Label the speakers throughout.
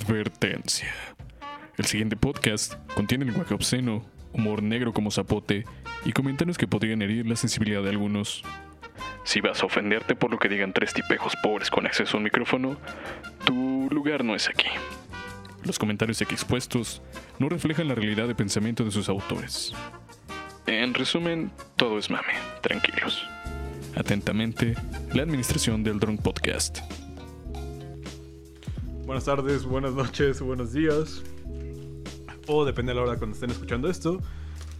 Speaker 1: Advertencia. El siguiente podcast contiene lenguaje obsceno, humor negro como zapote y comentarios que podrían herir la sensibilidad de algunos. Si vas a ofenderte por lo que digan tres tipejos pobres con acceso a un micrófono, tu lugar no es aquí. Los comentarios aquí expuestos no reflejan la realidad de pensamiento de sus autores. En resumen, todo es mame, tranquilos. Atentamente, la administración del Drone Podcast.
Speaker 2: Buenas tardes, buenas noches, buenos días. O depende de la hora cuando estén escuchando esto.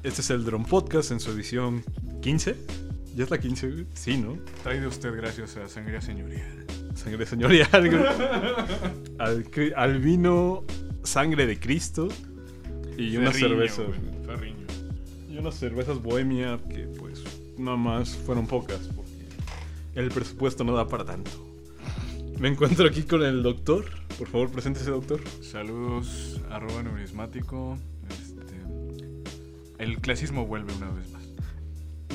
Speaker 2: Este es el Drone Podcast en su edición 15. ¿Ya es la 15? güey? Sí, ¿no?
Speaker 3: Traído usted gracias a Sangría Señorial.
Speaker 2: Sangre señorial. güey. al, cri- al vino sangre de Cristo. Y una cerveza.
Speaker 3: Ferriño.
Speaker 2: Y unas cervezas bohemia que pues nada más fueron pocas porque el presupuesto no da para tanto. Me encuentro aquí con el doctor. Por favor, preséntese, doctor.
Speaker 3: Saludos, arroba numismático. Este, el clasismo vuelve una vez más.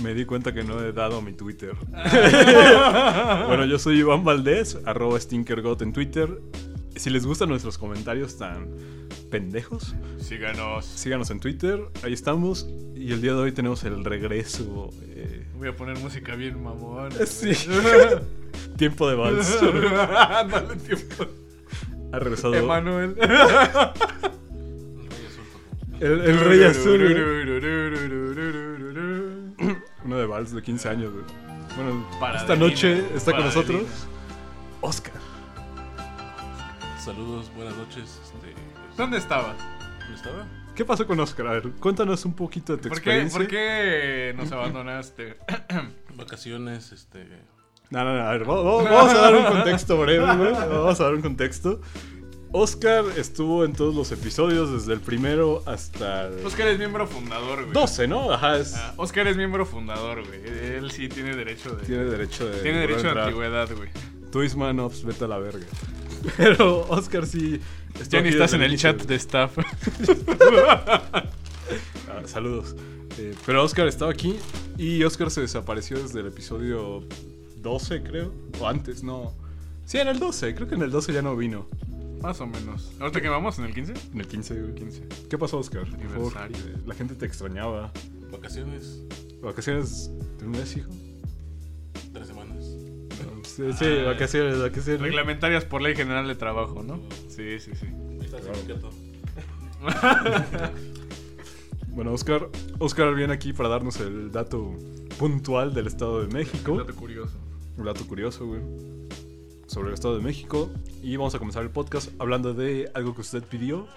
Speaker 2: Me di cuenta que no he dado mi Twitter.
Speaker 3: Ah.
Speaker 2: bueno, yo soy Iván Valdés, arroba StinkerGot en Twitter. Si les gustan nuestros comentarios tan pendejos,
Speaker 3: Síganos.
Speaker 2: síganos en Twitter, ahí estamos. Y el día de hoy tenemos el regreso. eh,
Speaker 3: Voy a poner música bien mamón.
Speaker 2: Sí. tiempo de vals.
Speaker 3: Dale tiempo.
Speaker 2: Ha regresado el,
Speaker 3: Emanuel.
Speaker 2: el Rey Azul. Uno de vals de 15 años, güey. Bueno,
Speaker 3: Para
Speaker 2: esta
Speaker 3: Adelina,
Speaker 2: noche está con
Speaker 3: para
Speaker 2: nosotros
Speaker 3: Adelina.
Speaker 2: Oscar.
Speaker 4: Saludos, buenas noches. Este, pues,
Speaker 3: ¿Dónde estabas?
Speaker 4: ¿no estaba?
Speaker 2: ¿Qué pasó con Oscar? A ver, cuéntanos un poquito de tu
Speaker 3: ¿Por qué,
Speaker 2: experiencia.
Speaker 3: ¿Por qué nos abandonaste?
Speaker 4: Vacaciones, este.
Speaker 2: No, no, no, a ver, va- va- vamos a dar un contexto breve, güey. Vamos a dar un contexto. Oscar estuvo en todos los episodios, desde el primero hasta el
Speaker 3: Oscar es miembro fundador, güey.
Speaker 2: 12, ¿no? Ajá, es-
Speaker 3: Ah, Oscar es miembro fundador, güey. Él sí tiene derecho de.
Speaker 2: tiene derecho de.
Speaker 3: Tiene derecho
Speaker 2: entrar.
Speaker 3: a antigüedad, güey.
Speaker 2: Tú, Isma, no, pues, vete a la verga. Pero Oscar sí. estuvo
Speaker 3: Ya ni
Speaker 2: aquí
Speaker 3: estás
Speaker 2: desde
Speaker 3: en el
Speaker 2: inicio,
Speaker 3: chat de staff.
Speaker 2: Ah, saludos. Eh, pero Oscar estaba aquí y Oscar se desapareció desde el episodio 12, creo. O antes, no. Sí, en el 12, creo que en el 12 ya no vino.
Speaker 3: Más o menos. ¿Ahorita que vamos? ¿En el 15?
Speaker 2: En el 15, güey.
Speaker 3: 15.
Speaker 2: ¿Qué pasó, Oscar? Por favor,
Speaker 3: Aniversario.
Speaker 2: eh, la gente te extrañaba.
Speaker 4: Vacaciones,
Speaker 2: ¿Vacaciones de un mes, hijo?
Speaker 4: tres semanas.
Speaker 2: Sí, sí, vacaciones, vacaciones.
Speaker 3: Reglamentarias por ley general de trabajo, ¿no? Sí, sí, sí.
Speaker 4: Ahí está el
Speaker 2: Claro.
Speaker 4: sindicato.
Speaker 2: Bueno, Oscar, Oscar viene aquí para darnos el dato puntual del Estado de México.
Speaker 3: Dato curioso.
Speaker 2: Un dato curioso, güey. Sobre el Estado de México. Y vamos a comenzar el podcast hablando de algo que usted pidió.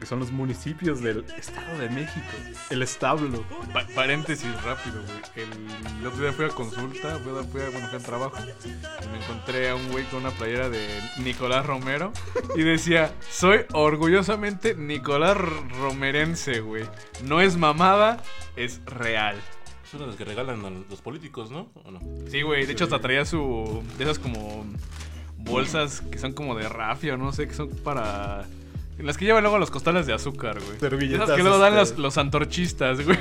Speaker 2: Que son los municipios del Estado de México. El establo.
Speaker 3: Pa- paréntesis rápido, güey. El, el otro día fui a consulta, fui a, fui a- bueno, fui al trabajo. Y me encontré a un güey con una playera de Nicolás Romero. Y decía, soy orgullosamente Nicolás Romerense, güey. No es mamada, es real.
Speaker 4: Es una de pues, las que regalan a los políticos, ¿no? ¿O no?
Speaker 3: Sí, güey. De hecho, hasta traía su. De esas como. Bolsas que son como de rafia o no sé, que son para. Las que llevan luego los costales de azúcar, güey.
Speaker 2: Servilletas,
Speaker 3: Esas que luego dan
Speaker 2: este.
Speaker 3: los, los antorchistas, güey.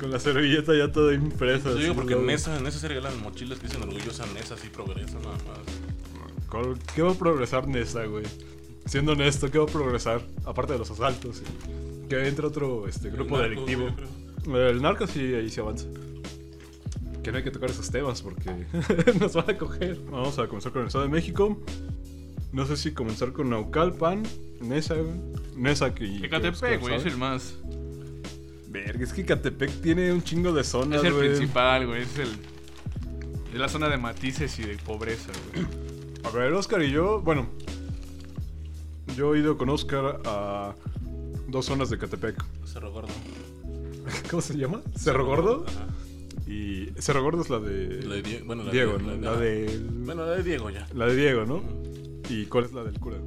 Speaker 2: Con la servilleta ya toda impresa.
Speaker 4: Pues, Yo digo
Speaker 2: así,
Speaker 4: porque
Speaker 2: güey.
Speaker 4: en esa, en esa se regalan mochilas que dicen orgullosa Nesa, así progresa nada más.
Speaker 2: Col- ¿Qué va a progresar Nesa, güey? Siendo honesto, ¿qué va a progresar? Aparte de los asaltos. y Que entra otro este, grupo
Speaker 4: El narco,
Speaker 2: delictivo.
Speaker 4: yo creo.
Speaker 2: El narco sí, ahí se avanza. Que no hay que tocar esos temas porque nos van a coger. Vamos a comenzar con el Estado de México. No sé si comenzar con Naucalpan, Nesa, güey. Nesa que... que Oscar
Speaker 3: Ecatepec, güey, es
Speaker 2: sabe.
Speaker 3: el más.
Speaker 2: Verga, es que Catepec tiene un chingo de zonas,
Speaker 3: Es el
Speaker 2: güey.
Speaker 3: principal, güey. Es el. Es la zona de matices y de pobreza, güey.
Speaker 2: A ver, Oscar y yo, bueno, yo he ido con Oscar a dos zonas de Catepec.
Speaker 4: Cerro Gordo.
Speaker 2: ¿Cómo se llama? Cerro Gordo.
Speaker 4: Ajá.
Speaker 2: Y Cerro Gordo es la de,
Speaker 4: La de Die- bueno, la de-
Speaker 2: Diego,
Speaker 4: la de-
Speaker 2: ¿no? La
Speaker 4: ajá.
Speaker 2: de,
Speaker 4: Bueno, la de Diego ya.
Speaker 2: la de Diego, ¿no?
Speaker 4: Ujú.
Speaker 2: ¿Y cuál es la del cura?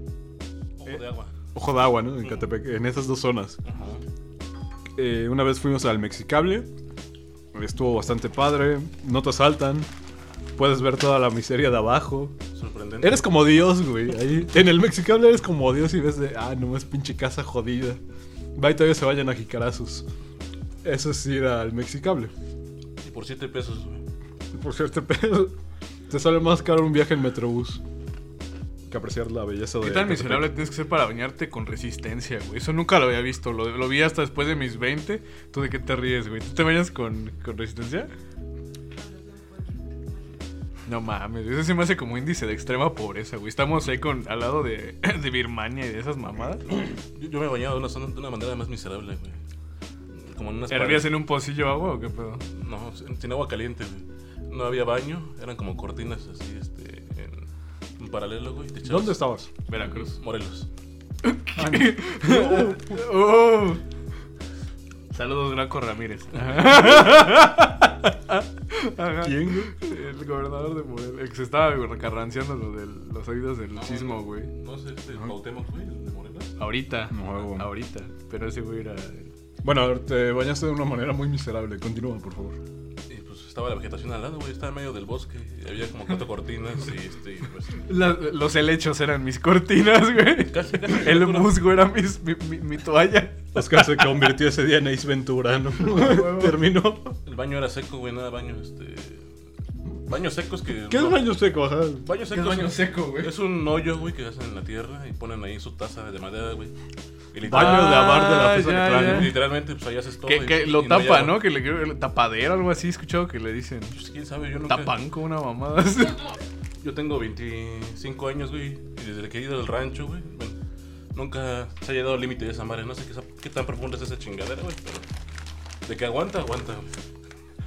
Speaker 4: Ojo
Speaker 2: Eh.
Speaker 4: de agua.
Speaker 2: Ojo de agua, ¿no? En Catepec, en esas dos zonas.
Speaker 4: Ajá.
Speaker 2: Eh, una vez fuimos al Mexicable. Estuvo bastante padre. No te asaltan. Puedes ver toda la miseria de abajo.
Speaker 4: Sorprendente.
Speaker 2: Eres como Dios, güey. Ahí, en el Mexicable eres como Dios y ves de, ah, no es pinche casa jodida. Va y todavía se vayan a jicarazos. Eso es ir al Mexicable.
Speaker 4: Y por 7 pesos, güey.
Speaker 2: Por cierto, pero te sale más caro un viaje en Metrobús. que apreciar la belleza de.
Speaker 3: ¿Qué tan
Speaker 2: Catepec.
Speaker 3: miserable tienes que ser para bañarte con resistencia, güey? Eso nunca lo había visto. Lo, lo vi hasta después de mis 20. ¿Tú de qué te ríes, güey? ¿Tú te bañas con, con resistencia? No mames, eso se me hace como índice de extrema pobreza, güey. Estamos ahí con, al lado de, de Birmania y de esas mamadas.
Speaker 4: Yo, yo me he bañado de una, zona- de una manera más miserable, güey. Como en unas
Speaker 3: ¿Hervías
Speaker 4: paredes.
Speaker 3: en un pocillo agua o qué pedo?
Speaker 4: No, sin sin agua caliente, güey. No había baño, eran como cortinas así, este, en, en paralelo, güey. te echabas-
Speaker 2: ¿Dónde estabas?
Speaker 3: Veracruz.
Speaker 4: Morelos.
Speaker 3: Oh. Saludos, Graco Ramírez. Ajá.
Speaker 2: ¿Quién, güey?
Speaker 3: Ah, El gobernador de Morelos. El que se estaba recarranceando lo de los oídos del sismo, güey.
Speaker 4: No sé, este, Cuauhtémoc, güey, el de Morelos.
Speaker 3: Ahorita.
Speaker 2: No,
Speaker 3: Ahorita. Pero ese güey era.
Speaker 2: Bueno, a ver, te bañaste de una manera muy miserable. Continúa, por favor.
Speaker 4: Y pues estaba la vegetación al lado, güey. Estaba en medio del bosque. y había como cuatro cortinas y, este, y, pues...
Speaker 3: La- los helechos eran mis cortinas, güey.
Speaker 4: Casi, casi.
Speaker 3: El musgo era mis- mi, mi- mi toalla.
Speaker 2: Oscar se convirtió ese día en Ace Ventura, ¿no?
Speaker 3: Ah,
Speaker 2: Terminó.
Speaker 4: El baño era seco, güey, nada baño, este... Baños secos que...
Speaker 2: ¿Qué es
Speaker 4: no-
Speaker 2: baño seco? Ajá.
Speaker 3: Ah,
Speaker 4: Baño seco,
Speaker 3: baño
Speaker 4: es-
Speaker 3: seco, güey?
Speaker 4: Es un hoyo, güey, que hacen en la tierra y ponen ahí su taza de madera, güey. Y
Speaker 2: Baño de abar de la
Speaker 3: Ah,
Speaker 2: presa
Speaker 3: ya,
Speaker 2: de Clan.
Speaker 3: ya.
Speaker 4: literal- literalmente, pues ahí haces todo.
Speaker 3: Que,
Speaker 4: y-
Speaker 3: que
Speaker 4: y
Speaker 3: lo
Speaker 4: no hay
Speaker 3: tapa,
Speaker 4: agua.
Speaker 3: ¿no? Que le creo- tapadera o algo así. He escuchado que le dicen.
Speaker 4: Pues quién sabe, yo nunca...
Speaker 3: Tapanco, una mamada. así.
Speaker 4: Yo tengo 25 años, güey, y desde que he ido al rancho, güey, bueno, nunca se ha llegado al límite de esa madre. No sé qué, sa- qué tan profunda es esa chingadera, güey, pero de que aguanta, aguanta. güey.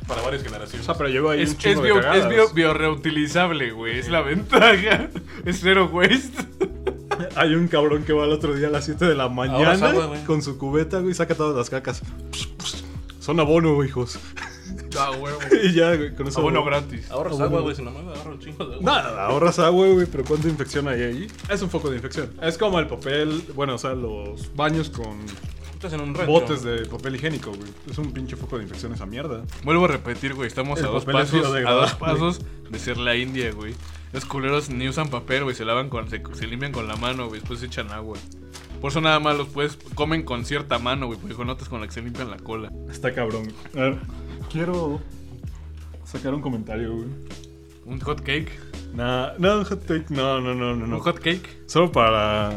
Speaker 4: Para varias
Speaker 2: O
Speaker 4: generaciones.
Speaker 2: sea, pero lleva ahí
Speaker 3: Es,
Speaker 2: un
Speaker 3: es,
Speaker 2: chingo de
Speaker 3: bio-
Speaker 2: cagadas.
Speaker 3: es bio- bioreutilizable, güey. Es la ventaja. Es cero waste.
Speaker 2: Hay un cabrón que va al otro día a las 7 de la mañana
Speaker 4: es agua, güey.
Speaker 2: con su cubeta, güey, saca todas las cacas. Son abono, hijos.
Speaker 3: Ah, huevo.
Speaker 2: y ya, güey, con eso.
Speaker 3: Abono Ah, gratis.
Speaker 4: Ahorras
Speaker 2: Bueno.
Speaker 4: agua, güey, si nomás ahorra un chingo de agua.
Speaker 2: Nada, ahorras agua, güey, pero ¿cuánta infección hay ahí? Es un foco de infección. Es como el papel, bueno, o sea, los baños con
Speaker 4: Estás en un rancho.
Speaker 2: botes de papel higiénico, güey. Es un pinche foco de infección esa mierda.
Speaker 3: Vuelvo a repetir, güey. Estamos
Speaker 2: El
Speaker 3: a dos,
Speaker 2: papel es
Speaker 3: pasos, a
Speaker 2: biodegradable.
Speaker 3: dos pasos de ser la India, güey. Los culeros ni usan papel, güey. Se lavan con. Se, se limpian con la mano, güey. Después se echan agua. Por eso nada más los puedes. Comen con cierta mano, güey. Porque con otras con la que se limpian la cola.
Speaker 2: Está cabrón. A ver, quiero sacar un comentario, güey.
Speaker 3: Un hot cake.
Speaker 2: Nah, no, un hot take, no, no, no, no. no.
Speaker 3: Un hot cake.
Speaker 2: Solo para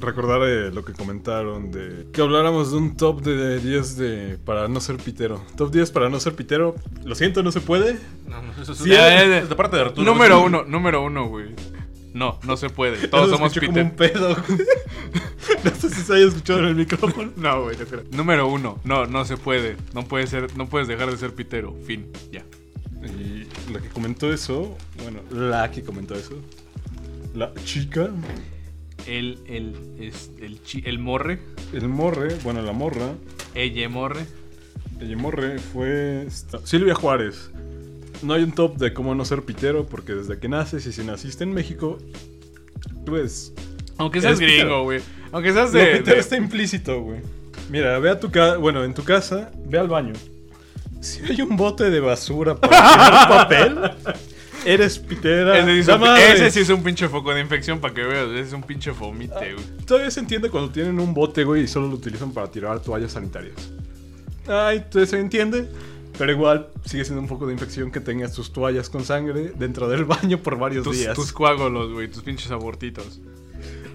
Speaker 2: recordar eh, lo que comentaron de que habláramos de un top de, de 10 de para no ser pitero. Top 10 para no ser pitero. Lo siento, no se puede.
Speaker 4: No, no, eso es,
Speaker 2: Sí,
Speaker 4: es-
Speaker 3: eh,
Speaker 4: es de parte de Arturo.
Speaker 3: número
Speaker 4: güey.
Speaker 3: uno, número uno, güey. No, no se puede. Todos
Speaker 2: Eso
Speaker 3: somos
Speaker 2: escuchó
Speaker 3: Peter.
Speaker 2: como un pedo. güey. no sé si se haya escuchado en el micrófono.
Speaker 3: No, güey, no creo. Número uno, no, no se puede. No puede ser, no puedes dejar de ser pitero. Fin. Ya.
Speaker 2: Y la que comentó eso, bueno, la que comentó eso, la chica,
Speaker 3: El, el, es- el, chi- el morre,
Speaker 2: el morre, bueno, la morra,
Speaker 3: ella morre.
Speaker 2: El morre fue esta- Silvia Juárez. No hay un top de cómo no ser pitero, porque desde que naces y si naciste en México, pues.
Speaker 3: Aunque seas
Speaker 2: Eres pitero.
Speaker 3: gringo, güey. Aunque seas
Speaker 2: Lo
Speaker 3: de.
Speaker 2: pitero
Speaker 3: de-
Speaker 2: está implícito, güey. Mira, ve a tu casa. Bueno, en tu casa, ve al baño. Si hay un bote de basura para tirar papel, eres pitera.
Speaker 3: Ese, sí es
Speaker 2: ¡La
Speaker 3: un pin-
Speaker 2: madre!
Speaker 3: ese sí es un pinche foco de infección para que veas. Ese es un pinche fomite, güey.
Speaker 2: Todavía se entiende cuando tienen un bote, güey, y solo lo utilizan para tirar toallas sanitarias. Ay, entonces se entiende. Pero igual sigue siendo un poco de infección que tengas tus toallas con sangre dentro del baño por varios
Speaker 3: Tus,
Speaker 2: días.
Speaker 3: tus coágulos, güey. Tus pinches abortitos.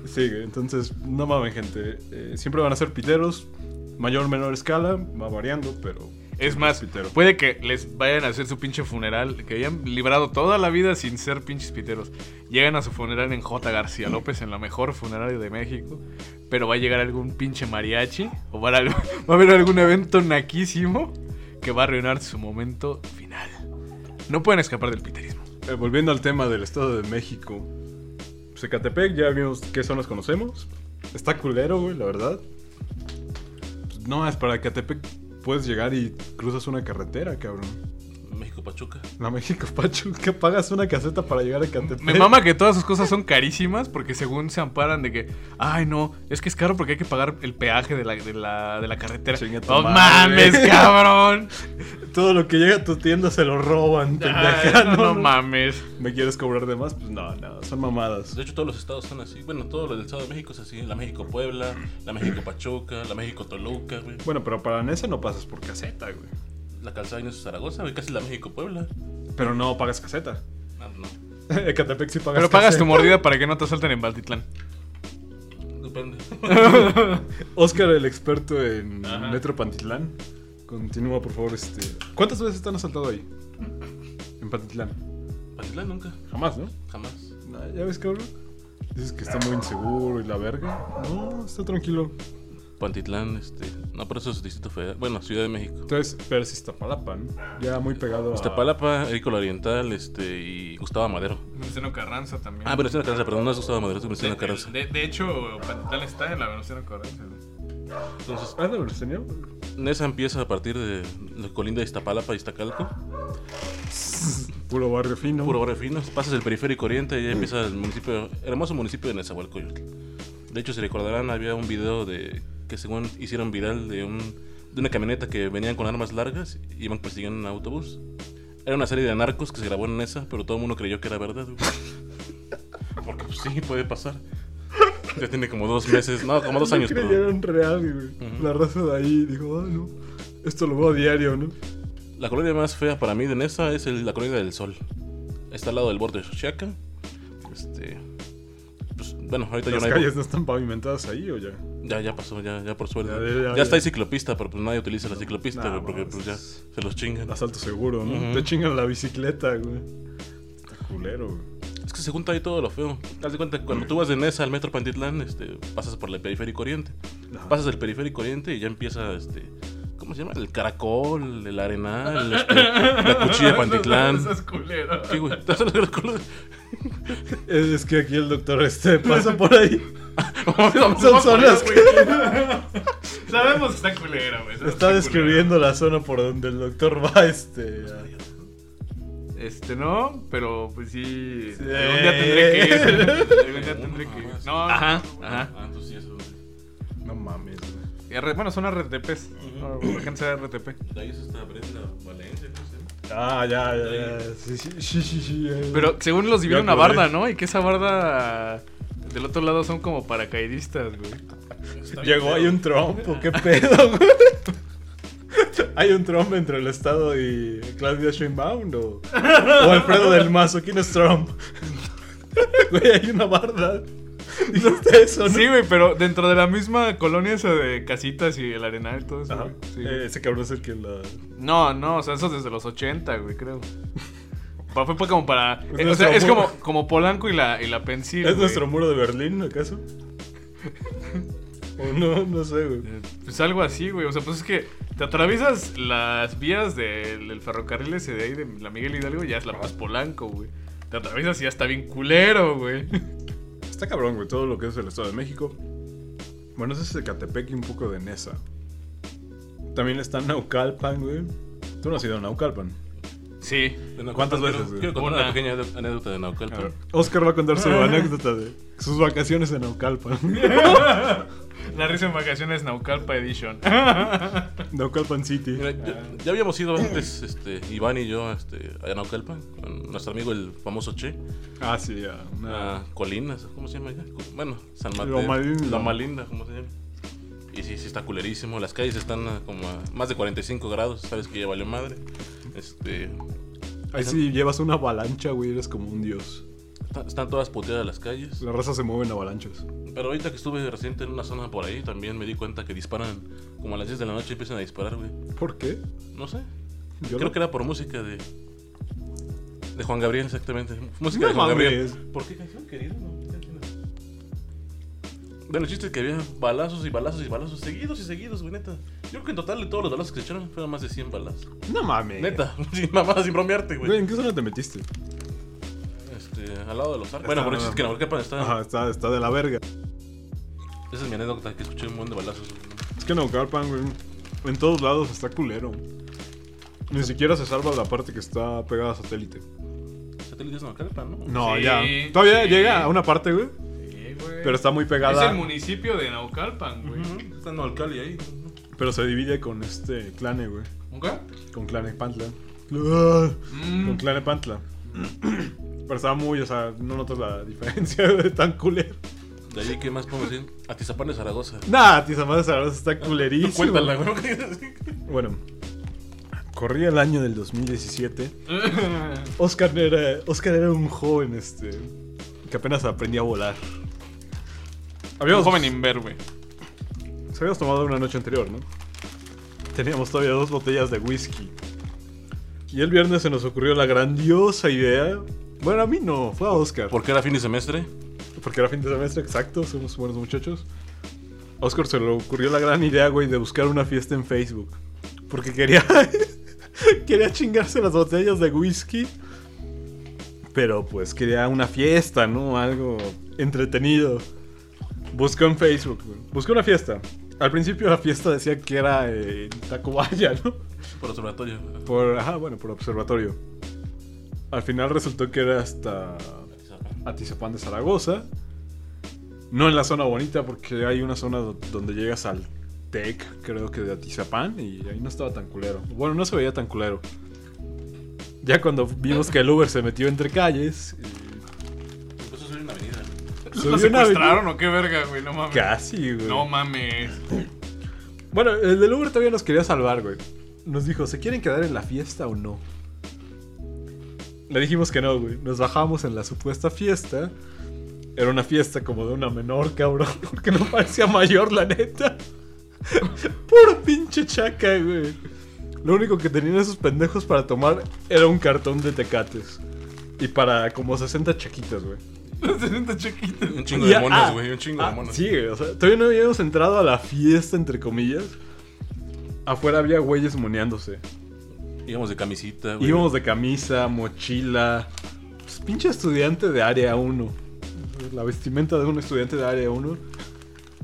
Speaker 2: Sí, güey, entonces no mamen, gente. Eh, siempre van a ser piteros. Mayor o menor escala, va variando, pero.
Speaker 3: Es más,
Speaker 2: pitero.
Speaker 3: puede que les vayan a hacer su pinche funeral, que hayan librado toda la vida sin ser pinches piteros. Llegan a su funeral en J. García López, en la mejor funeraria de México, pero va a llegar algún pinche mariachi, o va a, va a haber algún evento naquísimo que va a arruinar su momento final. No pueden escapar del piterismo.
Speaker 2: Eh, volviendo al tema del Estado de México. Secatepec, ya vimos qué zonas conocemos. Está culero, güey, la verdad. Pues, No, es para Ecatepec puedes llegar y cruzas una carretera, cabrón.
Speaker 4: México Pachuca.
Speaker 2: La México Pachuca, pagas una caseta para llegar a Ecatepec.
Speaker 3: Me mama que todas sus cosas son carísimas porque según se amparan de que, ay no, es que es caro porque hay que pagar el peaje de la, de la, de la carretera.
Speaker 2: Chinga tu
Speaker 3: No
Speaker 2: madre.
Speaker 3: mames, cabrón.
Speaker 2: Todo lo que llega a tu tienda se lo roban,
Speaker 3: Ay,
Speaker 2: pendeja.
Speaker 3: no,
Speaker 2: No,
Speaker 3: Ah, no mames.
Speaker 2: ¿Me quieres cobrar de más? Pues no, no, son mamadas.
Speaker 4: De hecho, todos los estados están así. Bueno, todo lo del estado de México es así. La México Puebla, la México Pachuca, la México Toluca, güey.
Speaker 2: Bueno, pero para Nesa no pasas por caseta, güey.
Speaker 4: La calzada de Zaragoza, güey, casi la México Puebla.
Speaker 2: Pero no pagas caseta.
Speaker 4: No, no.
Speaker 2: Ecatepec sí pagas.
Speaker 3: Pero pagas
Speaker 2: caseta.
Speaker 3: tu mordida para que no te asalten en Baltitlán.
Speaker 4: Depende.
Speaker 2: Oscar, el experto en
Speaker 4: Ajá.
Speaker 2: Metro Pantitlán. Continúa, por favor. Este... ¿Cuántas veces te han asaltado ahí? En Pantitlán.
Speaker 4: Pantitlán nunca,
Speaker 2: Jamás, ¿no?
Speaker 4: jamás. Ah,
Speaker 2: Nah, ¿Ya ves, cabrón? Dices que está muy inseguro y la verga. No, está tranquilo.
Speaker 4: Pantitlán, este. No, pero eso es Distrito Federal. Bueno, Ciudad de México.
Speaker 2: Entonces, pero es Iztapalapa, ¿no? Ya muy pegado a...
Speaker 4: Iztapalapa, Écola Oriental, este. Y Gustavo Madero.
Speaker 3: Venustiano Carranza también.
Speaker 4: Ah, Venustiano Carranza, perdón, no es Gustavo Madero, es Venustiano Carranza.
Speaker 3: De, de hecho, Pantitlán está en la Venustiano Carranza. güey.
Speaker 4: Entonces,
Speaker 2: Ah, no, los tenía.
Speaker 4: Nesa empieza a partir de la colinda de Iztapalapa y Iztacalco.
Speaker 2: Puro barrio fino.
Speaker 4: Puro barrio fino. Pasas el periférico oriente y ya empieza el municipio, hermoso municipio de Nezahualcóyotl. De hecho, si recordarán, había un video de que según hicieron viral de, un, de una camioneta que venían con armas largas y iban persiguiendo un autobús. Era una serie de narcos que se grabó en Nesa, pero todo el mundo creyó que era verdad. güey. Porque pues, sí, puede pasar. Ya tiene como dos meses, no, como dos
Speaker 2: No
Speaker 4: años. perdón.
Speaker 2: creyeron real, güey. La raza de ahí dijo, ah, no, esto lo veo a diario, ¿no?
Speaker 4: La colonia más fea para mí de Nesa es el- la colonia del Sol. Está al lado del borde de Xochiaca. Este. Pues, bueno, ahorita ya
Speaker 2: Las
Speaker 4: no hay.
Speaker 2: calles no están pavimentadas ahí o ya.
Speaker 4: Ya, ya pasó, ya, ya por suerte.
Speaker 2: Ya,
Speaker 4: Ya,
Speaker 2: ya, ya,
Speaker 4: está
Speaker 2: ya.
Speaker 4: el ciclopista, pero pues nadie utiliza la ciclopista,
Speaker 2: Nah,
Speaker 4: güey, porque
Speaker 2: mames.
Speaker 4: pues ya se los chingan.
Speaker 2: Asalto seguro, ¿no?
Speaker 4: Ujú.
Speaker 2: Te chingan la bicicleta, güey. Está culero, güey.
Speaker 4: Es que se junta ahí todo lo feo. Haz de cuenta, cuando tú vas de Nesa al metro Pantitlán, este, pasas por el periférico oriente.
Speaker 2: Ajá.
Speaker 4: Pasas el periférico oriente y ya empieza este. ¿Cómo se llama? El caracol, el arenal, este, la cuchilla de Pantitlán.
Speaker 3: Eso es culero.
Speaker 4: Sí, güey. Estás en el caracol.
Speaker 2: Es, es que aquí el doctor este pasa por ahí. Son
Speaker 3: Vamos por
Speaker 2: zonas
Speaker 3: ahí,
Speaker 2: que
Speaker 3: güey. Sabemos que está culero, güey. sabemos
Speaker 2: está
Speaker 3: que está culero.
Speaker 2: describiendo la zona por donde el doctor va, este. a-
Speaker 3: Este no, pero pues sí.
Speaker 2: Sí.
Speaker 3: Algún día tendré que ir. Algún día tendré que ir. No, ajá, ajá.
Speaker 4: Ah, entonces sí, eso.
Speaker 2: No mames, güey.
Speaker 3: R- bueno, son RTPs. Ah, La gente será RTP.
Speaker 4: De ahí se está Brenda Valencia, no sé.
Speaker 2: Ah, ya, ya, ya. Sí, sí, sí, sí. sí, eh.
Speaker 3: Pero según los divide
Speaker 2: Ya
Speaker 3: una
Speaker 2: acordé.
Speaker 3: barda, ¿no? Y que esa barda del otro lado son como paracaidistas, güey.
Speaker 2: Llegó, hay un trompo, qué pedo, güey. Hay un Trump entre el Estado y Claudia Sheinbaum o, o Alfredo del Mazo. ¿Quién es Trump? Güey, hay una barda. ¿Dijiste eso, no?
Speaker 3: Sí, güey, pero dentro de la misma colonia esa de casitas y el arenal y todo eso,
Speaker 2: Ajá.
Speaker 3: güey. Sí,
Speaker 2: Eh,
Speaker 3: güey.
Speaker 2: ese cabrón es el que la.
Speaker 3: No, no, o sea, eso desde los 80, güey, creo. Pa- Fue pa- como para... eh, o
Speaker 2: nuestro
Speaker 3: sea, es
Speaker 2: amor.
Speaker 3: como, como Polanco y la, y la Pensil,
Speaker 2: ¿Es
Speaker 3: güey.
Speaker 2: nuestro muro de Berlín, acaso? o no, no sé, güey.
Speaker 3: Eh, Pues algo así, güey. O sea, pues es que te atraviesas las vías del, del ferrocarril ese de ahí, de la Miguel Hidalgo, y ya es la Paz Polanco, güey. Te atraviesas y ya está bien culero, güey.
Speaker 2: Está cabrón, güey, todo lo que es el Estado de México. Bueno, ese es Ecatepec y un poco de Nesa. También está Naucalpan, güey. Tú no has ido a Naucalpan.
Speaker 3: Sí.
Speaker 4: De Naucalpan,
Speaker 2: ¿Cuántas
Speaker 4: quiero-
Speaker 2: veces, güey?
Speaker 4: Quiero contar
Speaker 3: Una.
Speaker 4: una pequeña ade- anécdota de
Speaker 2: A ver,
Speaker 4: Naucalpan.
Speaker 2: Oscar va a contar su anécdota de sus vacaciones en Naucalpan.
Speaker 3: La risa en vacaciones Naucalpa Edition.
Speaker 2: Naucalpan City.
Speaker 4: Mira, ya, ya habíamos ido antes, este, Iván y yo, este, a Naucalpan, con nuestro amigo el famoso Che,
Speaker 2: Ah, sí, ya. una-
Speaker 4: a Colinas, ¿cómo se llama allá? Bueno, San Mateo.
Speaker 2: Loma Linda.
Speaker 4: Loma Linda, ¿cómo se llama? Y sí, sí está culerísimo, las calles están a como a más de 45 grados, sabes que ya valió madre. Este,
Speaker 2: Ahí sí llevas una avalancha, güey, eres como un dios.
Speaker 4: está- están todas puteadas las calles.
Speaker 2: La raza se mueve en avalanchas.
Speaker 4: Pero ahorita que estuve reciente en una zona por ahí, también me di cuenta que disparan como a las 10 de la noche empiezan a disparar, güey.
Speaker 2: ¿Por qué?
Speaker 4: No sé,
Speaker 2: Yo
Speaker 4: Creo
Speaker 2: no-
Speaker 4: que era por música de. De Juan Gabriel, exactamente. Música
Speaker 2: No
Speaker 4: de Juan
Speaker 2: mames.
Speaker 4: Gabriel. ¿Por qué canción, querido? No, ¿qué canción es? Bueno, el chiste es que había balazos y balazos y balazos seguidos y seguidos, güey, neta. Yo creo que en total de todos los balazos que se echaron fueron más de 100 balazos.
Speaker 2: No mames.
Speaker 4: Neta, sin mamada, sin bromearte,
Speaker 2: Güey,
Speaker 4: güey.
Speaker 2: ¿en qué zona te metiste?
Speaker 4: Este, al lado de los arcos. Bueno, por eso es que en Naucalpan está.
Speaker 2: Ajá, está, está de la verga.
Speaker 4: Esa es mi anécdota que escuché un buen de balazos. güey.
Speaker 2: Es que Naucalpan, güey, en todos lados está culero. Ni siquiera se salva la parte que está pegada a satélite.
Speaker 4: Satélites de Naucalpan, ¿no?
Speaker 2: No,
Speaker 3: Sí,
Speaker 2: ya. Todavía
Speaker 3: sí.
Speaker 2: llega a una parte, güey,
Speaker 3: Sí, güey.
Speaker 2: pero está muy
Speaker 3: Es
Speaker 2: pegada.
Speaker 3: el municipio de Naucalpan, güey.
Speaker 4: Ujú, Está en Naucali ahí.
Speaker 2: Pero se divide con este clane, güey.
Speaker 3: ¿Nunca?
Speaker 2: Con Clanepantla.
Speaker 3: Mm.
Speaker 2: Con Clanepantla. Pero estaba muy, o sea, no notas la diferencia de tan culero.
Speaker 4: De ahí, ¿qué más podemos decir? Atizapán de Zaragoza.
Speaker 2: Nah, Tizamadre Zaragoza está culerísimo.
Speaker 4: Cuéntala, güey.
Speaker 2: Bueno. corría el año del 2017. Oscar era, Oscar era un joven este, que apenas aprendía a volar.
Speaker 3: Había un
Speaker 2: Habíamos,
Speaker 3: joven imberbe.
Speaker 2: se habíamos tomado una noche anterior, ¿no? Teníamos todavía dos botellas de whisky. Y el viernes se nos ocurrió la grandiosa idea. Bueno, a mí no, fue a Oscar.
Speaker 4: Porque era fin de semestre.
Speaker 2: Porque era fin de semestre, exacto, somos buenos muchachos. A Oscar se le ocurrió la gran idea, güey, de buscar una fiesta en Facebook. Porque quería. quería chingarse las botellas de whisky. Pero pues quería una fiesta, ¿no? Algo entretenido. Buscó en Facebook, güey. Buscó una fiesta. Al principio la fiesta decía que era eh, en Tacubaya, ¿no?
Speaker 4: Por observatorio.
Speaker 2: Por. Ajá, bueno, por observatorio. Al final resultó que era hasta. Atizapán de Zaragoza. No en la zona bonita, porque hay una zona do- donde llegas al TEC, creo que de Atizapán, y ahí no estaba tan culero. Bueno, no se veía tan culero. Ya cuando vimos que el Uber se metió entre calles,
Speaker 4: Eso es una avenida.
Speaker 3: ¿Lo
Speaker 2: Subió una
Speaker 3: secuestraron o qué verga, güey? No mames.
Speaker 2: casi, güey.
Speaker 3: No mames.
Speaker 2: Bueno, el del Uber todavía nos quería salvar, güey. Nos dijo, ¿se quieren quedar en la fiesta o no? Le dijimos que no, güey. Nos bajamos en la supuesta fiesta. Era una fiesta como de una menor, cabrón. Porque no parecía mayor, la neta. Puro pinche chaca, güey. Lo único que tenían esos pendejos para tomar era un cartón de tecates. Y para como 60 chaquitas, güey.
Speaker 3: Los 60 chiquitos.
Speaker 4: Un chingo
Speaker 2: Y
Speaker 4: de
Speaker 2: a-
Speaker 4: monas,
Speaker 2: ah,
Speaker 4: güey. Un chingo
Speaker 2: ah,
Speaker 4: de monas.
Speaker 2: Sí, güey, o sea, todavía no habíamos entrado a la fiesta, entre comillas. Afuera había güeyes moneándose.
Speaker 4: Íbamos de camisita, güey.
Speaker 2: Íbamos de camisa, mochila. Pues, pinche estudiante de área 1. La vestimenta de un estudiante de área 1.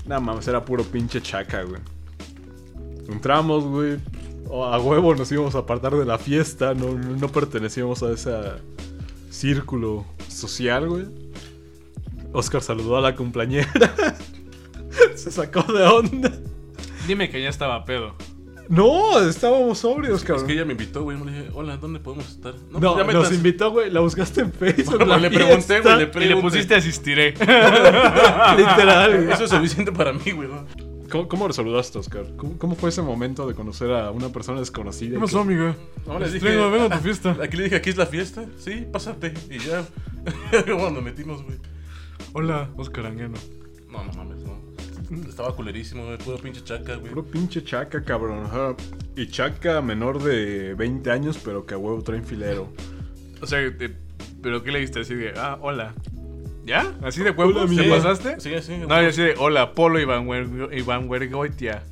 Speaker 2: Nada más, era puro pinche chaca, güey. Entramos, güey. A huevo nos íbamos a apartar de la fiesta. No, no, no pertenecíamos a ese círculo social, güey. Oscar saludó a la compañera. Se sacó de onda.
Speaker 3: Dime que ya estaba pedo.
Speaker 2: No, estábamos sobrios,
Speaker 4: Es
Speaker 2: cabrón.
Speaker 4: que ella me invitó, güey. Me dije, hola, ¿dónde podemos estar?
Speaker 2: No,
Speaker 4: pues ya
Speaker 2: nos
Speaker 4: metas.
Speaker 2: invitó, güey. La buscaste en Facebook.
Speaker 4: Bueno,
Speaker 2: la
Speaker 4: le pregunté,
Speaker 2: fiesta.
Speaker 4: güey, le
Speaker 3: Y le
Speaker 4: Pregunte.
Speaker 3: pusiste asistiré.
Speaker 2: Literal. güey.
Speaker 4: Eso es suficiente para mí, güey. ¿no?
Speaker 2: ¿Cómo, cómo lo saludaste, Oscar? ¿Cómo, cómo fue ese momento de conocer a una persona desconocida?
Speaker 3: ¿Qué
Speaker 2: y
Speaker 3: pasó,
Speaker 2: que-
Speaker 3: amiga? Les
Speaker 4: No,
Speaker 2: Pues,
Speaker 4: les dije,
Speaker 3: traigo, vengo a tu fiesta.
Speaker 4: Aquí le dije, aquí es la fiesta. Sí, pásate. Y ya. Bueno, nos metimos, güey.
Speaker 3: Hola, Oscar Angueno.
Speaker 4: No, no mames, no. Estaba culerísimo, güey. Puro pinche chaca, güey.
Speaker 2: Puro pinche chaca, cabrón. ajá. Y chaca menor de 20 años, pero que a huevo traen filero.
Speaker 3: O sea, te- ¿pero qué le diste? Así de, ah, hola. ¿Ya? ¿Así de huevos?
Speaker 2: amiga.
Speaker 3: ¿Te pasaste?
Speaker 4: Sí, sí.
Speaker 3: No, yo así de, hola, Polo Iván, Huer- Iván Huergoitia.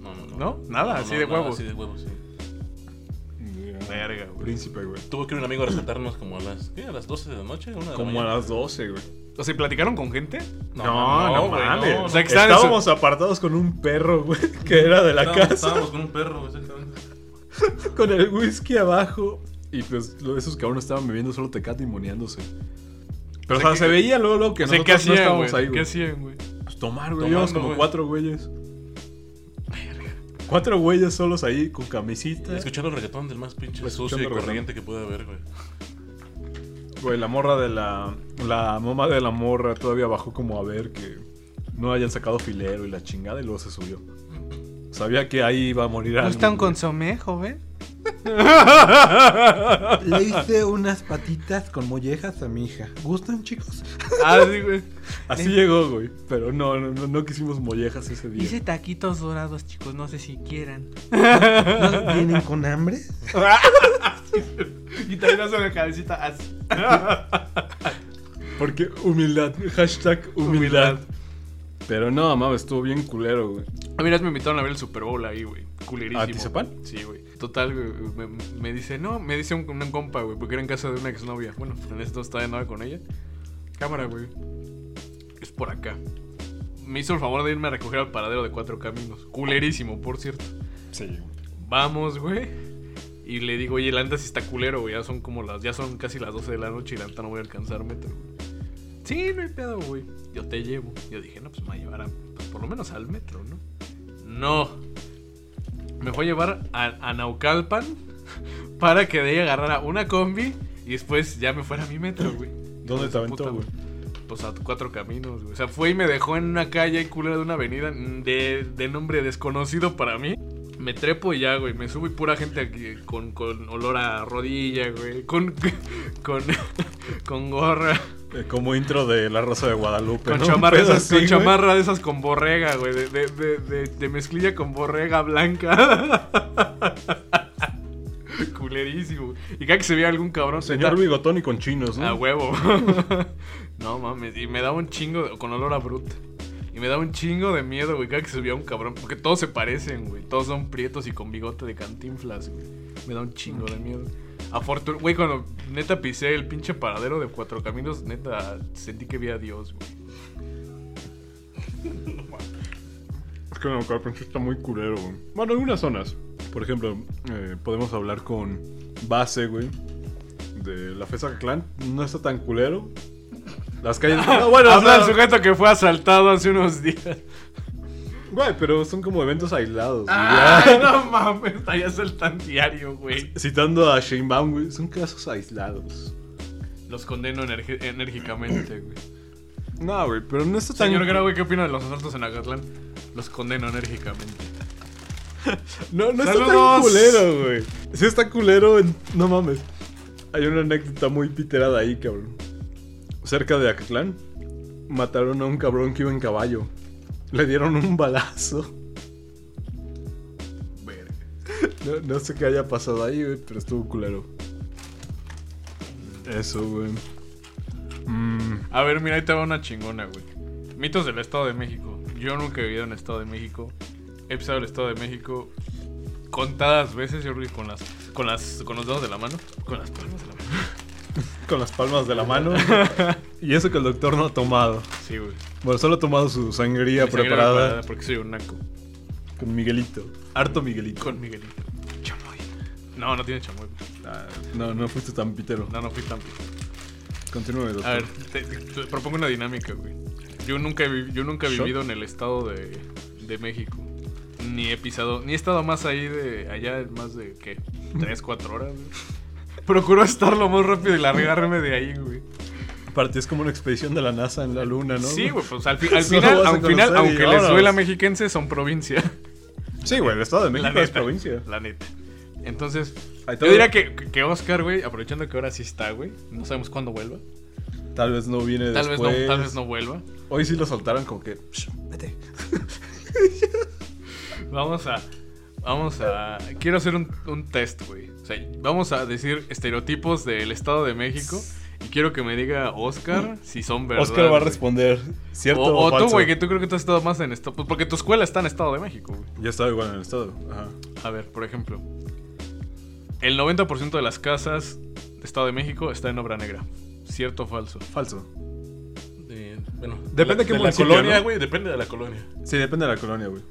Speaker 4: no, no.
Speaker 3: ¿No? Nada, así de huevo.
Speaker 4: Así de huevo, sí.
Speaker 3: Verga, güey.
Speaker 2: Príncipe, güey.
Speaker 4: Tuvo que ir un amigo a rescatarnos como a las, ¿qué? A las 12 de la noche, una de la
Speaker 2: Como a
Speaker 4: mañana.
Speaker 2: las 12, güey.
Speaker 3: O sea, ¿platicaron con gente?
Speaker 4: No, güey,
Speaker 2: mames.
Speaker 4: no,
Speaker 3: O sea, que estaban en su-
Speaker 2: Estábamos apartados con un perro, güey, que era de la
Speaker 4: Estábamos-
Speaker 2: casa.
Speaker 4: Estábamos con un perro, exactamente.
Speaker 2: con el whisky abajo. Y pues lo- esos cabrones estaban bebiendo solo tecate y moneándose. Pero, o sea,
Speaker 3: que-
Speaker 2: se veía luego, luego que
Speaker 3: O sea, ¿qué
Speaker 2: nosotros no
Speaker 3: hacían,
Speaker 2: estábamos ahí,
Speaker 3: güey? ¿Qué
Speaker 2: güey.
Speaker 3: hacían, güey?
Speaker 2: Pues tomar, güey.
Speaker 4: Tomando,
Speaker 2: Llevamos como
Speaker 4: güey.
Speaker 2: cuatro güeyes. Cuatro güeyes solos ahí con camisita.
Speaker 4: Escuchando el reggaetón del más pinche
Speaker 2: Escuchando
Speaker 4: sucio y
Speaker 2: reggaetón.
Speaker 4: corriente que puede haber, güey.
Speaker 2: Güey, la morra de la. La mamá de la morra todavía bajó como a ver que no hayan sacado filero y la chingada y luego se subió. Sabía que ahí iba a morir alguien.
Speaker 3: consomé, joven?
Speaker 2: Le hice unas patitas con mollejas a mi hija. ¿Gustan, chicos?
Speaker 3: Ah, sí, güey.
Speaker 2: Así llegó, güey. Pero no, no, no, no quisimos mollejas ese día.
Speaker 5: Hice taquitos dorados, chicos, no sé si quieran. ¿No ¿Vienen con hambre?
Speaker 3: Y también hace una cabecita así.
Speaker 2: Porque humildad. Hashtag humildad. Pero no, mames, estuvo bien culero, güey.
Speaker 3: A mí una vez me invitaron a ver el Super Bowl ahí, güey. Culerísimo.
Speaker 2: ¿A Atizapán?
Speaker 3: Sí, güey. Total, güey. Me, me dice, no, me dice un, un compa, güey, porque era en casa de una exnovia. Bueno, en esto estaba de novia con ella. Cámara, güey. Es por acá. Me hizo el favor de irme a recoger al paradero de cuatro caminos. Culerísimo, por cierto.
Speaker 2: Sí.
Speaker 3: Vamos, güey. Y le digo, oye, el anta sí está culero, güey. Ya son como las, ya son casi las 12 de la noche y la anta no voy a alcanzar metro, güey. Sí, no hay pedo, güey. Yo te llevo. Yo dije, no, pues me va a llevar a- pues, por lo menos al metro, ¿no? No. Me fue a llevar a, a Naucalpan para que de ahí agarrara una combi y después ya me fuera a mi metro, güey.
Speaker 2: ¿Dónde te aventó,
Speaker 3: Puta,
Speaker 2: güey?
Speaker 3: Pues a cuatro caminos, güey. O sea, fue y me dejó en una calle culera de una avenida mm, de, de nombre desconocido para mí. Me trepo y ya, güey. Me subo y pura gente aquí con, con olor a rodilla, güey. Con, con, con gorra.
Speaker 2: Eh, como intro de La Rosa de Guadalupe.
Speaker 3: Con,
Speaker 2: ¿no?
Speaker 3: chamarra,
Speaker 2: Un pedo
Speaker 3: esas-
Speaker 2: así,
Speaker 3: con
Speaker 2: güey.
Speaker 3: chamarra de esas con borrega, güey. De, de, de, de- de mezclilla con borrega blanca. Culerísimo. güey. Y cada que se vea algún cabrón.
Speaker 2: Señor
Speaker 3: neta,
Speaker 2: Bigotón y con chinos, ¿no?
Speaker 3: A huevo. no mames. Y me daba un chingo de- con olor a brut. Y me daba un chingo de miedo, güey. Cada que subía un cabrón. Porque todos se parecen, güey. Todos son prietos y con bigote de cantinflas, güey. Me da un chingo de miedo. Afortun güey, cuando neta pisé el pinche paradero de cuatro caminos, neta sentí que vi a Dios, güey.
Speaker 2: Es que Naucalpan sí está muy culero, güey. Bueno, en algunas zonas. Por ejemplo, eh, podemos hablar con Base, güey. De la FESA Clan. No está tan culero. Las calles. No, bueno, o
Speaker 3: Habla el
Speaker 2: sea,
Speaker 3: sujeto que fue asaltado hace unos días.
Speaker 2: Güey, pero son como eventos aislados. güey.
Speaker 3: Ay, no mames, allá es el tan diario, güey.
Speaker 2: Citando a Shane Baum, güey. Son casos aislados.
Speaker 3: Los condeno energi- enérgicamente, güey.
Speaker 2: No, güey, pero no está tan.
Speaker 3: Señor Grau, güey, ¿qué opina de los asaltos en Acatlán? Los condeno enérgicamente.
Speaker 2: No, no
Speaker 3: ¡Saludos!
Speaker 2: está tan culero, güey. Sí está culero, en- no mames. Hay una anécdota muy piterada ahí, cabrón. Cerca de Acatlán, mataron a un cabrón que iba en caballo. Le dieron un balazo. No, no sé qué haya pasado ahí, güey, pero estuvo culero. Eso, güey. Mm,
Speaker 3: A ver, mira, ahí te va una chingona, güey. Mitos del Estado de México. Yo nunca he vivido en el Estado de México. He pisado el Estado de México contadas veces, yo creo que con las, con las, con los dedos de la mano. Con las palmas de la mano.
Speaker 2: con las palmas de la mano. y eso que el doctor no ha tomado.
Speaker 3: Sí, güey.
Speaker 2: Bueno, solo ha tomado su sangría
Speaker 3: Mi sangre
Speaker 2: preparada
Speaker 3: Porque soy un naco.
Speaker 2: con Miguelito. Harto Miguelito.
Speaker 3: Con Miguelito. Chamoy. No, no tiene chamoy. güey.
Speaker 2: Ah, No, no fuiste tan pitero.
Speaker 3: No, no fui tan pijo.
Speaker 2: Continúe, doctor.
Speaker 3: A ver, te, te propongo una dinámica, güey. Yo nunca he, vi- yo nunca he
Speaker 2: Shot.
Speaker 3: vivido en el estado de, de México. Ni he pisado, ni he estado más ahí de allá, más de, ¿qué? ¿Tres, cuatro horas? güey? Procuro estar lo más rápido y largarme de ahí, güey.
Speaker 2: Para ti es como una expedición de la NASA en la Luna, ¿Ah, ¿no?
Speaker 3: Sí, güey, pues al, fi- al
Speaker 2: Solo
Speaker 3: final,
Speaker 2: vas a
Speaker 3: al final,
Speaker 2: conocer y
Speaker 3: aunque les
Speaker 2: vámonos.
Speaker 3: duela mexiquense, son provincia.
Speaker 2: Sí, güey, el Estado de
Speaker 3: La
Speaker 2: México
Speaker 3: neta,
Speaker 2: es provincia.
Speaker 3: La neta. Entonces,
Speaker 2: Ahí te
Speaker 3: yo
Speaker 2: va.
Speaker 3: diría que, que Oscar, güey, aprovechando que ahora sí está, güey, no sabemos cuándo vuelva.
Speaker 2: Tal vez no viene
Speaker 3: Tal vez,
Speaker 2: después.
Speaker 3: no, tal vez no vuelva.
Speaker 2: Hoy sí lo soltaron como que... "Psh, vete.
Speaker 3: Vamos a. Vamos a. Quiero hacer un, un test, güey. O sea, vamos a decir estereotipos del Estado de México. Y quiero que me diga Oscar si son verdad.
Speaker 2: Oscar va a
Speaker 3: güey.
Speaker 2: responder. ¿Cierto
Speaker 3: O,
Speaker 2: o,
Speaker 3: o tú,
Speaker 2: falso?
Speaker 3: güey, que tú creo que tú has estado más en Estado. Pues porque tu escuela está en Estado de México, güey.
Speaker 2: Ya estaba igual en el Estado. Ajá.
Speaker 3: A ver, por ejemplo. El 90% de las casas de Estado de México está en obra negra. ¿Cierto o falso?
Speaker 2: Falso.
Speaker 4: De- bueno,
Speaker 2: Depende
Speaker 4: de
Speaker 2: qué
Speaker 4: la, de la
Speaker 2: municipio,
Speaker 4: colonia,
Speaker 2: ¿no?
Speaker 4: güey. Depende de la colonia.
Speaker 2: Sí, depende de la colonia, güey.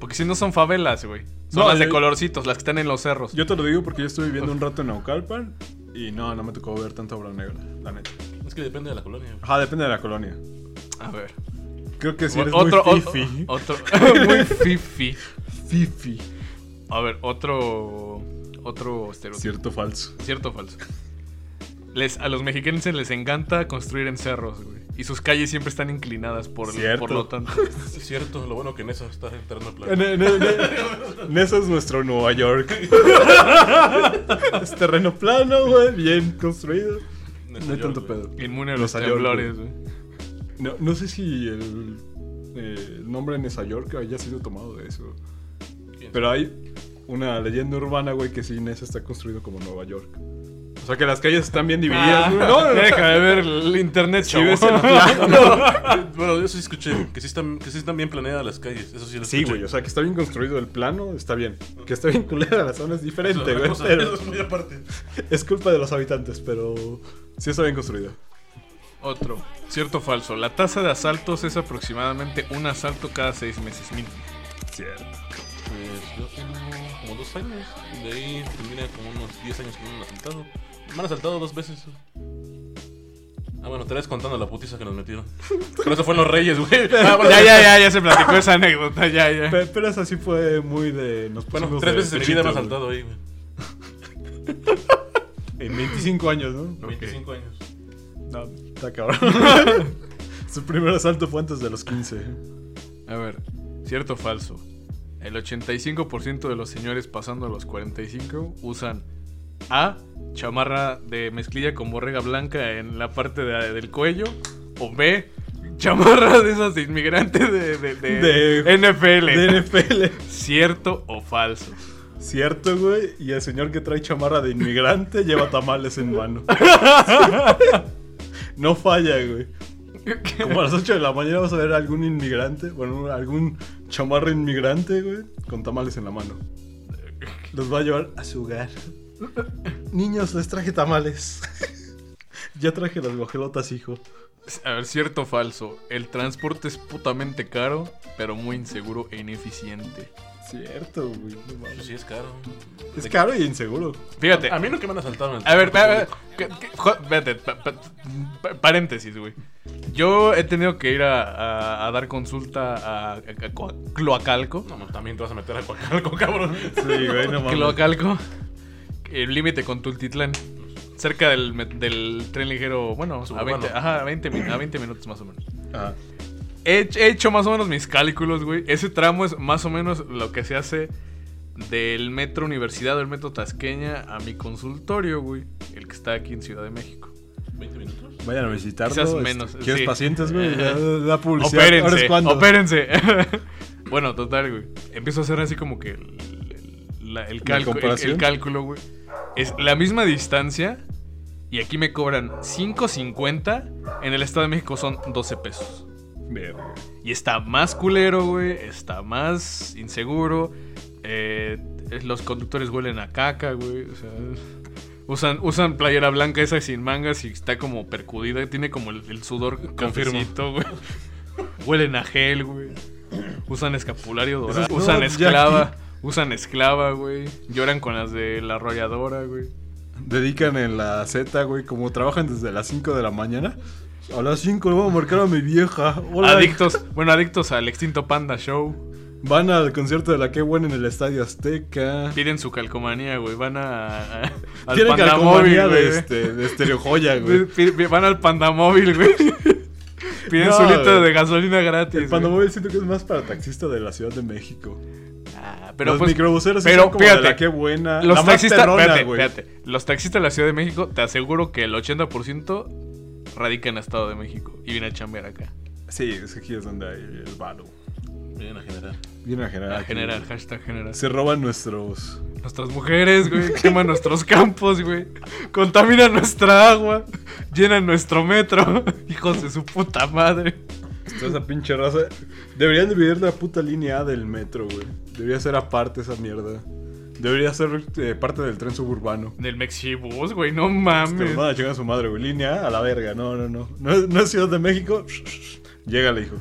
Speaker 3: Porque si no son favelas, güey. Son
Speaker 2: No,
Speaker 3: las de
Speaker 2: yo-
Speaker 3: colorcitos, las que están en los cerros.
Speaker 2: Yo te lo digo porque yo estuve viviendo un rato en Naucalpan y no, no me tocó ver tanta obra negra, la neta.
Speaker 4: Es que depende de la colonia, güey.
Speaker 2: Ajá, depende de la colonia.
Speaker 3: A ver.
Speaker 2: Creo que sí eres
Speaker 3: otro,
Speaker 2: muy
Speaker 3: o-
Speaker 2: fifi.
Speaker 3: otro. muy fifi.
Speaker 2: Fifi.
Speaker 3: A ver, otro. Otro estereotipo.
Speaker 2: ¿Cierto o falso?
Speaker 3: ¿Cierto o falso? Les, a los mexicanos les encanta construir en cerros, güey. Y sus calles siempre están inclinadas por,
Speaker 2: Cierto.
Speaker 3: por lo tanto.
Speaker 4: Es cierto, lo bueno que en eso está el terreno plano.
Speaker 2: En, en- en- en- eso es nuestro Nueva York. es terreno plano, güey, bien construido.
Speaker 4: Nueva
Speaker 2: No hay
Speaker 4: York,
Speaker 2: tanto
Speaker 4: güey.
Speaker 2: pedo.
Speaker 3: Inmune a
Speaker 2: Los
Speaker 3: los
Speaker 2: salió,
Speaker 3: temblores, güey.
Speaker 2: No, no sé si el, eh, el nombre Nueva York haya sido tomado de eso.
Speaker 4: ¿Quién?
Speaker 2: Pero hay una leyenda urbana, güey, que sí, Nesa está construido como Nueva York. O sea que las calles están bien divididas, güey.
Speaker 3: no, Ah. deja de ver el internet,
Speaker 2: Si ves el
Speaker 3: chavo.
Speaker 4: Eh, Bueno, yo sí escuché que sí están, que sí están bien planeadas las calles. Eso sí lo
Speaker 2: Sí, güey, o sea que está bien construido el plano, está bien. Que está bien culera la zona es diferente, güey. pero
Speaker 4: Eso es muy aparte.
Speaker 2: es culpa de los habitantes, pero sí está bien construido.
Speaker 3: Otro. ¿Cierto o falso? La tasa de asaltos es aproximadamente un asalto cada seis meses mínimo.
Speaker 2: Cierto.
Speaker 4: Pues yo tengo como dos años. De ahí termina como unos 10 años que no me han asaltado. Me han asaltado dos veces. Ah, bueno, te vez contando la putiza que nos metieron. Pero eso fue en los Reyes, güey. Ah, bueno,
Speaker 3: Ya, ya, ya, ya se platicó esa anécdota, ya, ya.
Speaker 2: Pero, pero esa sí fue muy de. Nos
Speaker 4: Bueno,
Speaker 2: pusimos
Speaker 4: tres
Speaker 2: de
Speaker 4: veces en mi vida me han
Speaker 2: pechito,
Speaker 4: asaltado ahí, güey.
Speaker 2: güey. En 25 años, ¿no?
Speaker 4: 25 años.
Speaker 2: No, está cabrón. Su primer asalto fue antes de los 15.
Speaker 3: A ver, ¿cierto o falso? El 85% de los señores pasando a los 45 usan A. Chamarra de mezclilla con borrega blanca en la parte de- del cuello. O B. Chamarra de esas de inmigrantes de, de- de
Speaker 2: De-
Speaker 3: NFL.
Speaker 2: De NFL.
Speaker 3: ¿Cierto o falso?
Speaker 2: Cierto, güey. Y el señor que trae chamarra de inmigrante lleva tamales en mano. No falla, güey. Como a las 8 de la mañana vas a ver a algún inmigrante, bueno, algún chamarra inmigrante, güey, con tamales en la mano. Los va a llevar a su hogar. Niños, les traje tamales. ya traje las guajelotas, hijo.
Speaker 3: A ver, cierto o falso. El transporte es putamente caro, pero muy inseguro e ineficiente.
Speaker 2: Cierto, güey. no
Speaker 4: Pues
Speaker 2: mames.
Speaker 4: Sí, es caro.
Speaker 2: Es caro y inseguro.
Speaker 3: Fíjate.
Speaker 4: A mí nunca me han asaltado. en el
Speaker 3: A ver, a
Speaker 4: transporte
Speaker 3: ver,
Speaker 4: público.
Speaker 3: que- que- jo- espérate, pa- pa- pa- paréntesis, güey. Yo he tenido que ir a, a- a dar consulta a, a- a Coa- Cloacalco.
Speaker 4: No, man, también te vas a meter a Coacalco, cabrón.
Speaker 2: Sí, güey, no mames.
Speaker 3: Cloacalco, el límite con Tultitlán. Cerca del, met- del tren ligero, bueno, a
Speaker 4: Suburbano.
Speaker 3: 20, ajá, a 20 min- a 20 minutos más o menos.
Speaker 2: Ajá.
Speaker 3: He, hech- he hecho más o menos mis cálculos, güey. Ese tramo es más o menos lo que se hace del metro Universidad, del metro Tasqueña, a mi consultorio, güey. El que está aquí en Ciudad de México.
Speaker 4: ¿20 minutos?
Speaker 2: Vayan a visitarlo.
Speaker 3: Quizás
Speaker 2: este,
Speaker 3: menos,
Speaker 2: ¿Quieres
Speaker 3: sí.
Speaker 2: pacientes, güey? Da, da publicidad. ¿Ahora
Speaker 3: Opérense,
Speaker 2: es cuándo?
Speaker 3: opérense. bueno, total, güey. Empiezo a hacer así como que el, el- la- el
Speaker 2: ¿La
Speaker 3: calcu- el- el,
Speaker 2: comparación?
Speaker 3: cálculo, güey. Es la misma distancia y aquí me cobran 5.50. En el Estado de México son 12 pesos.
Speaker 2: Verga.
Speaker 3: Y está más culero, güey. Está más inseguro. eh, los conductores huelen a caca, güey. O sea, usan, usan playera blanca esa sin mangas y está como percudida. Tiene como el, el sudor
Speaker 4: Confirmo.
Speaker 3: cafecito, güey. Huelen a gel, güey. Usan escapulario dorado.
Speaker 2: no,
Speaker 3: usan
Speaker 2: ya
Speaker 3: esclava. Usan esclava, güey. Lloran con las de la arrolladora, güey.
Speaker 2: Dedican en la Z, güey, como trabajan desde las 5 de la mañana. A las 5 le voy a marcar a mi vieja. Hola.
Speaker 3: Adictos, bueno, adictos al extinto Panda Show.
Speaker 2: Van al concierto de la que buena en el Estadio Azteca.
Speaker 3: Piden su calcomanía, güey. Van a. a- al
Speaker 2: Tienen
Speaker 3: Panda
Speaker 2: calcomanía
Speaker 3: Móvil,
Speaker 2: de,
Speaker 3: güey.
Speaker 2: este, de Estereo Joya,
Speaker 3: Pi-
Speaker 2: güey.
Speaker 3: pi- pi- Van al Pandamóvil, güey. Piden
Speaker 2: No,
Speaker 3: su litro
Speaker 2: güey.
Speaker 3: de gasolina gratis.
Speaker 2: El
Speaker 3: güey.
Speaker 2: Pandamóvil siento que es más para taxistas de la Ciudad de México.
Speaker 3: Ah, pero
Speaker 2: los
Speaker 3: pues,
Speaker 2: microbuseros sí
Speaker 3: pero
Speaker 2: son como de
Speaker 3: fíjate,
Speaker 2: la que buena. la
Speaker 3: Los
Speaker 2: más
Speaker 3: taxistas,
Speaker 2: terrona,
Speaker 3: espérate,
Speaker 2: güey.
Speaker 3: espérate. Los taxistas de la Ciudad de México, te aseguro que el 80% radican en Estado de México y vienen a chambear acá.
Speaker 2: Sí, es que aquí es donde hay el varo.
Speaker 4: Bien, a generar.
Speaker 2: Vienen a generar.
Speaker 3: A
Speaker 2: aquí,
Speaker 3: generar,
Speaker 2: güey.
Speaker 3: hashtag generar.
Speaker 2: Se roban nuestros.
Speaker 3: Nuestras mujeres, güey, queman nuestros campos, güey. Contaminan nuestra agua, llenan nuestro metro. Hijos de su puta madre.
Speaker 2: Toda esa pinche raza. Deberían dividir la puta línea A del metro, güey. Debería ser aparte esa mierda. Debería ser eh, parte del tren suburbano.
Speaker 3: Del Mexibus, güey, no
Speaker 2: Pero
Speaker 3: mames.
Speaker 2: no, a su madre, güey. Línea A a la verga. No, no, no. No es, no es Ciudad de México. Llégale, hijo.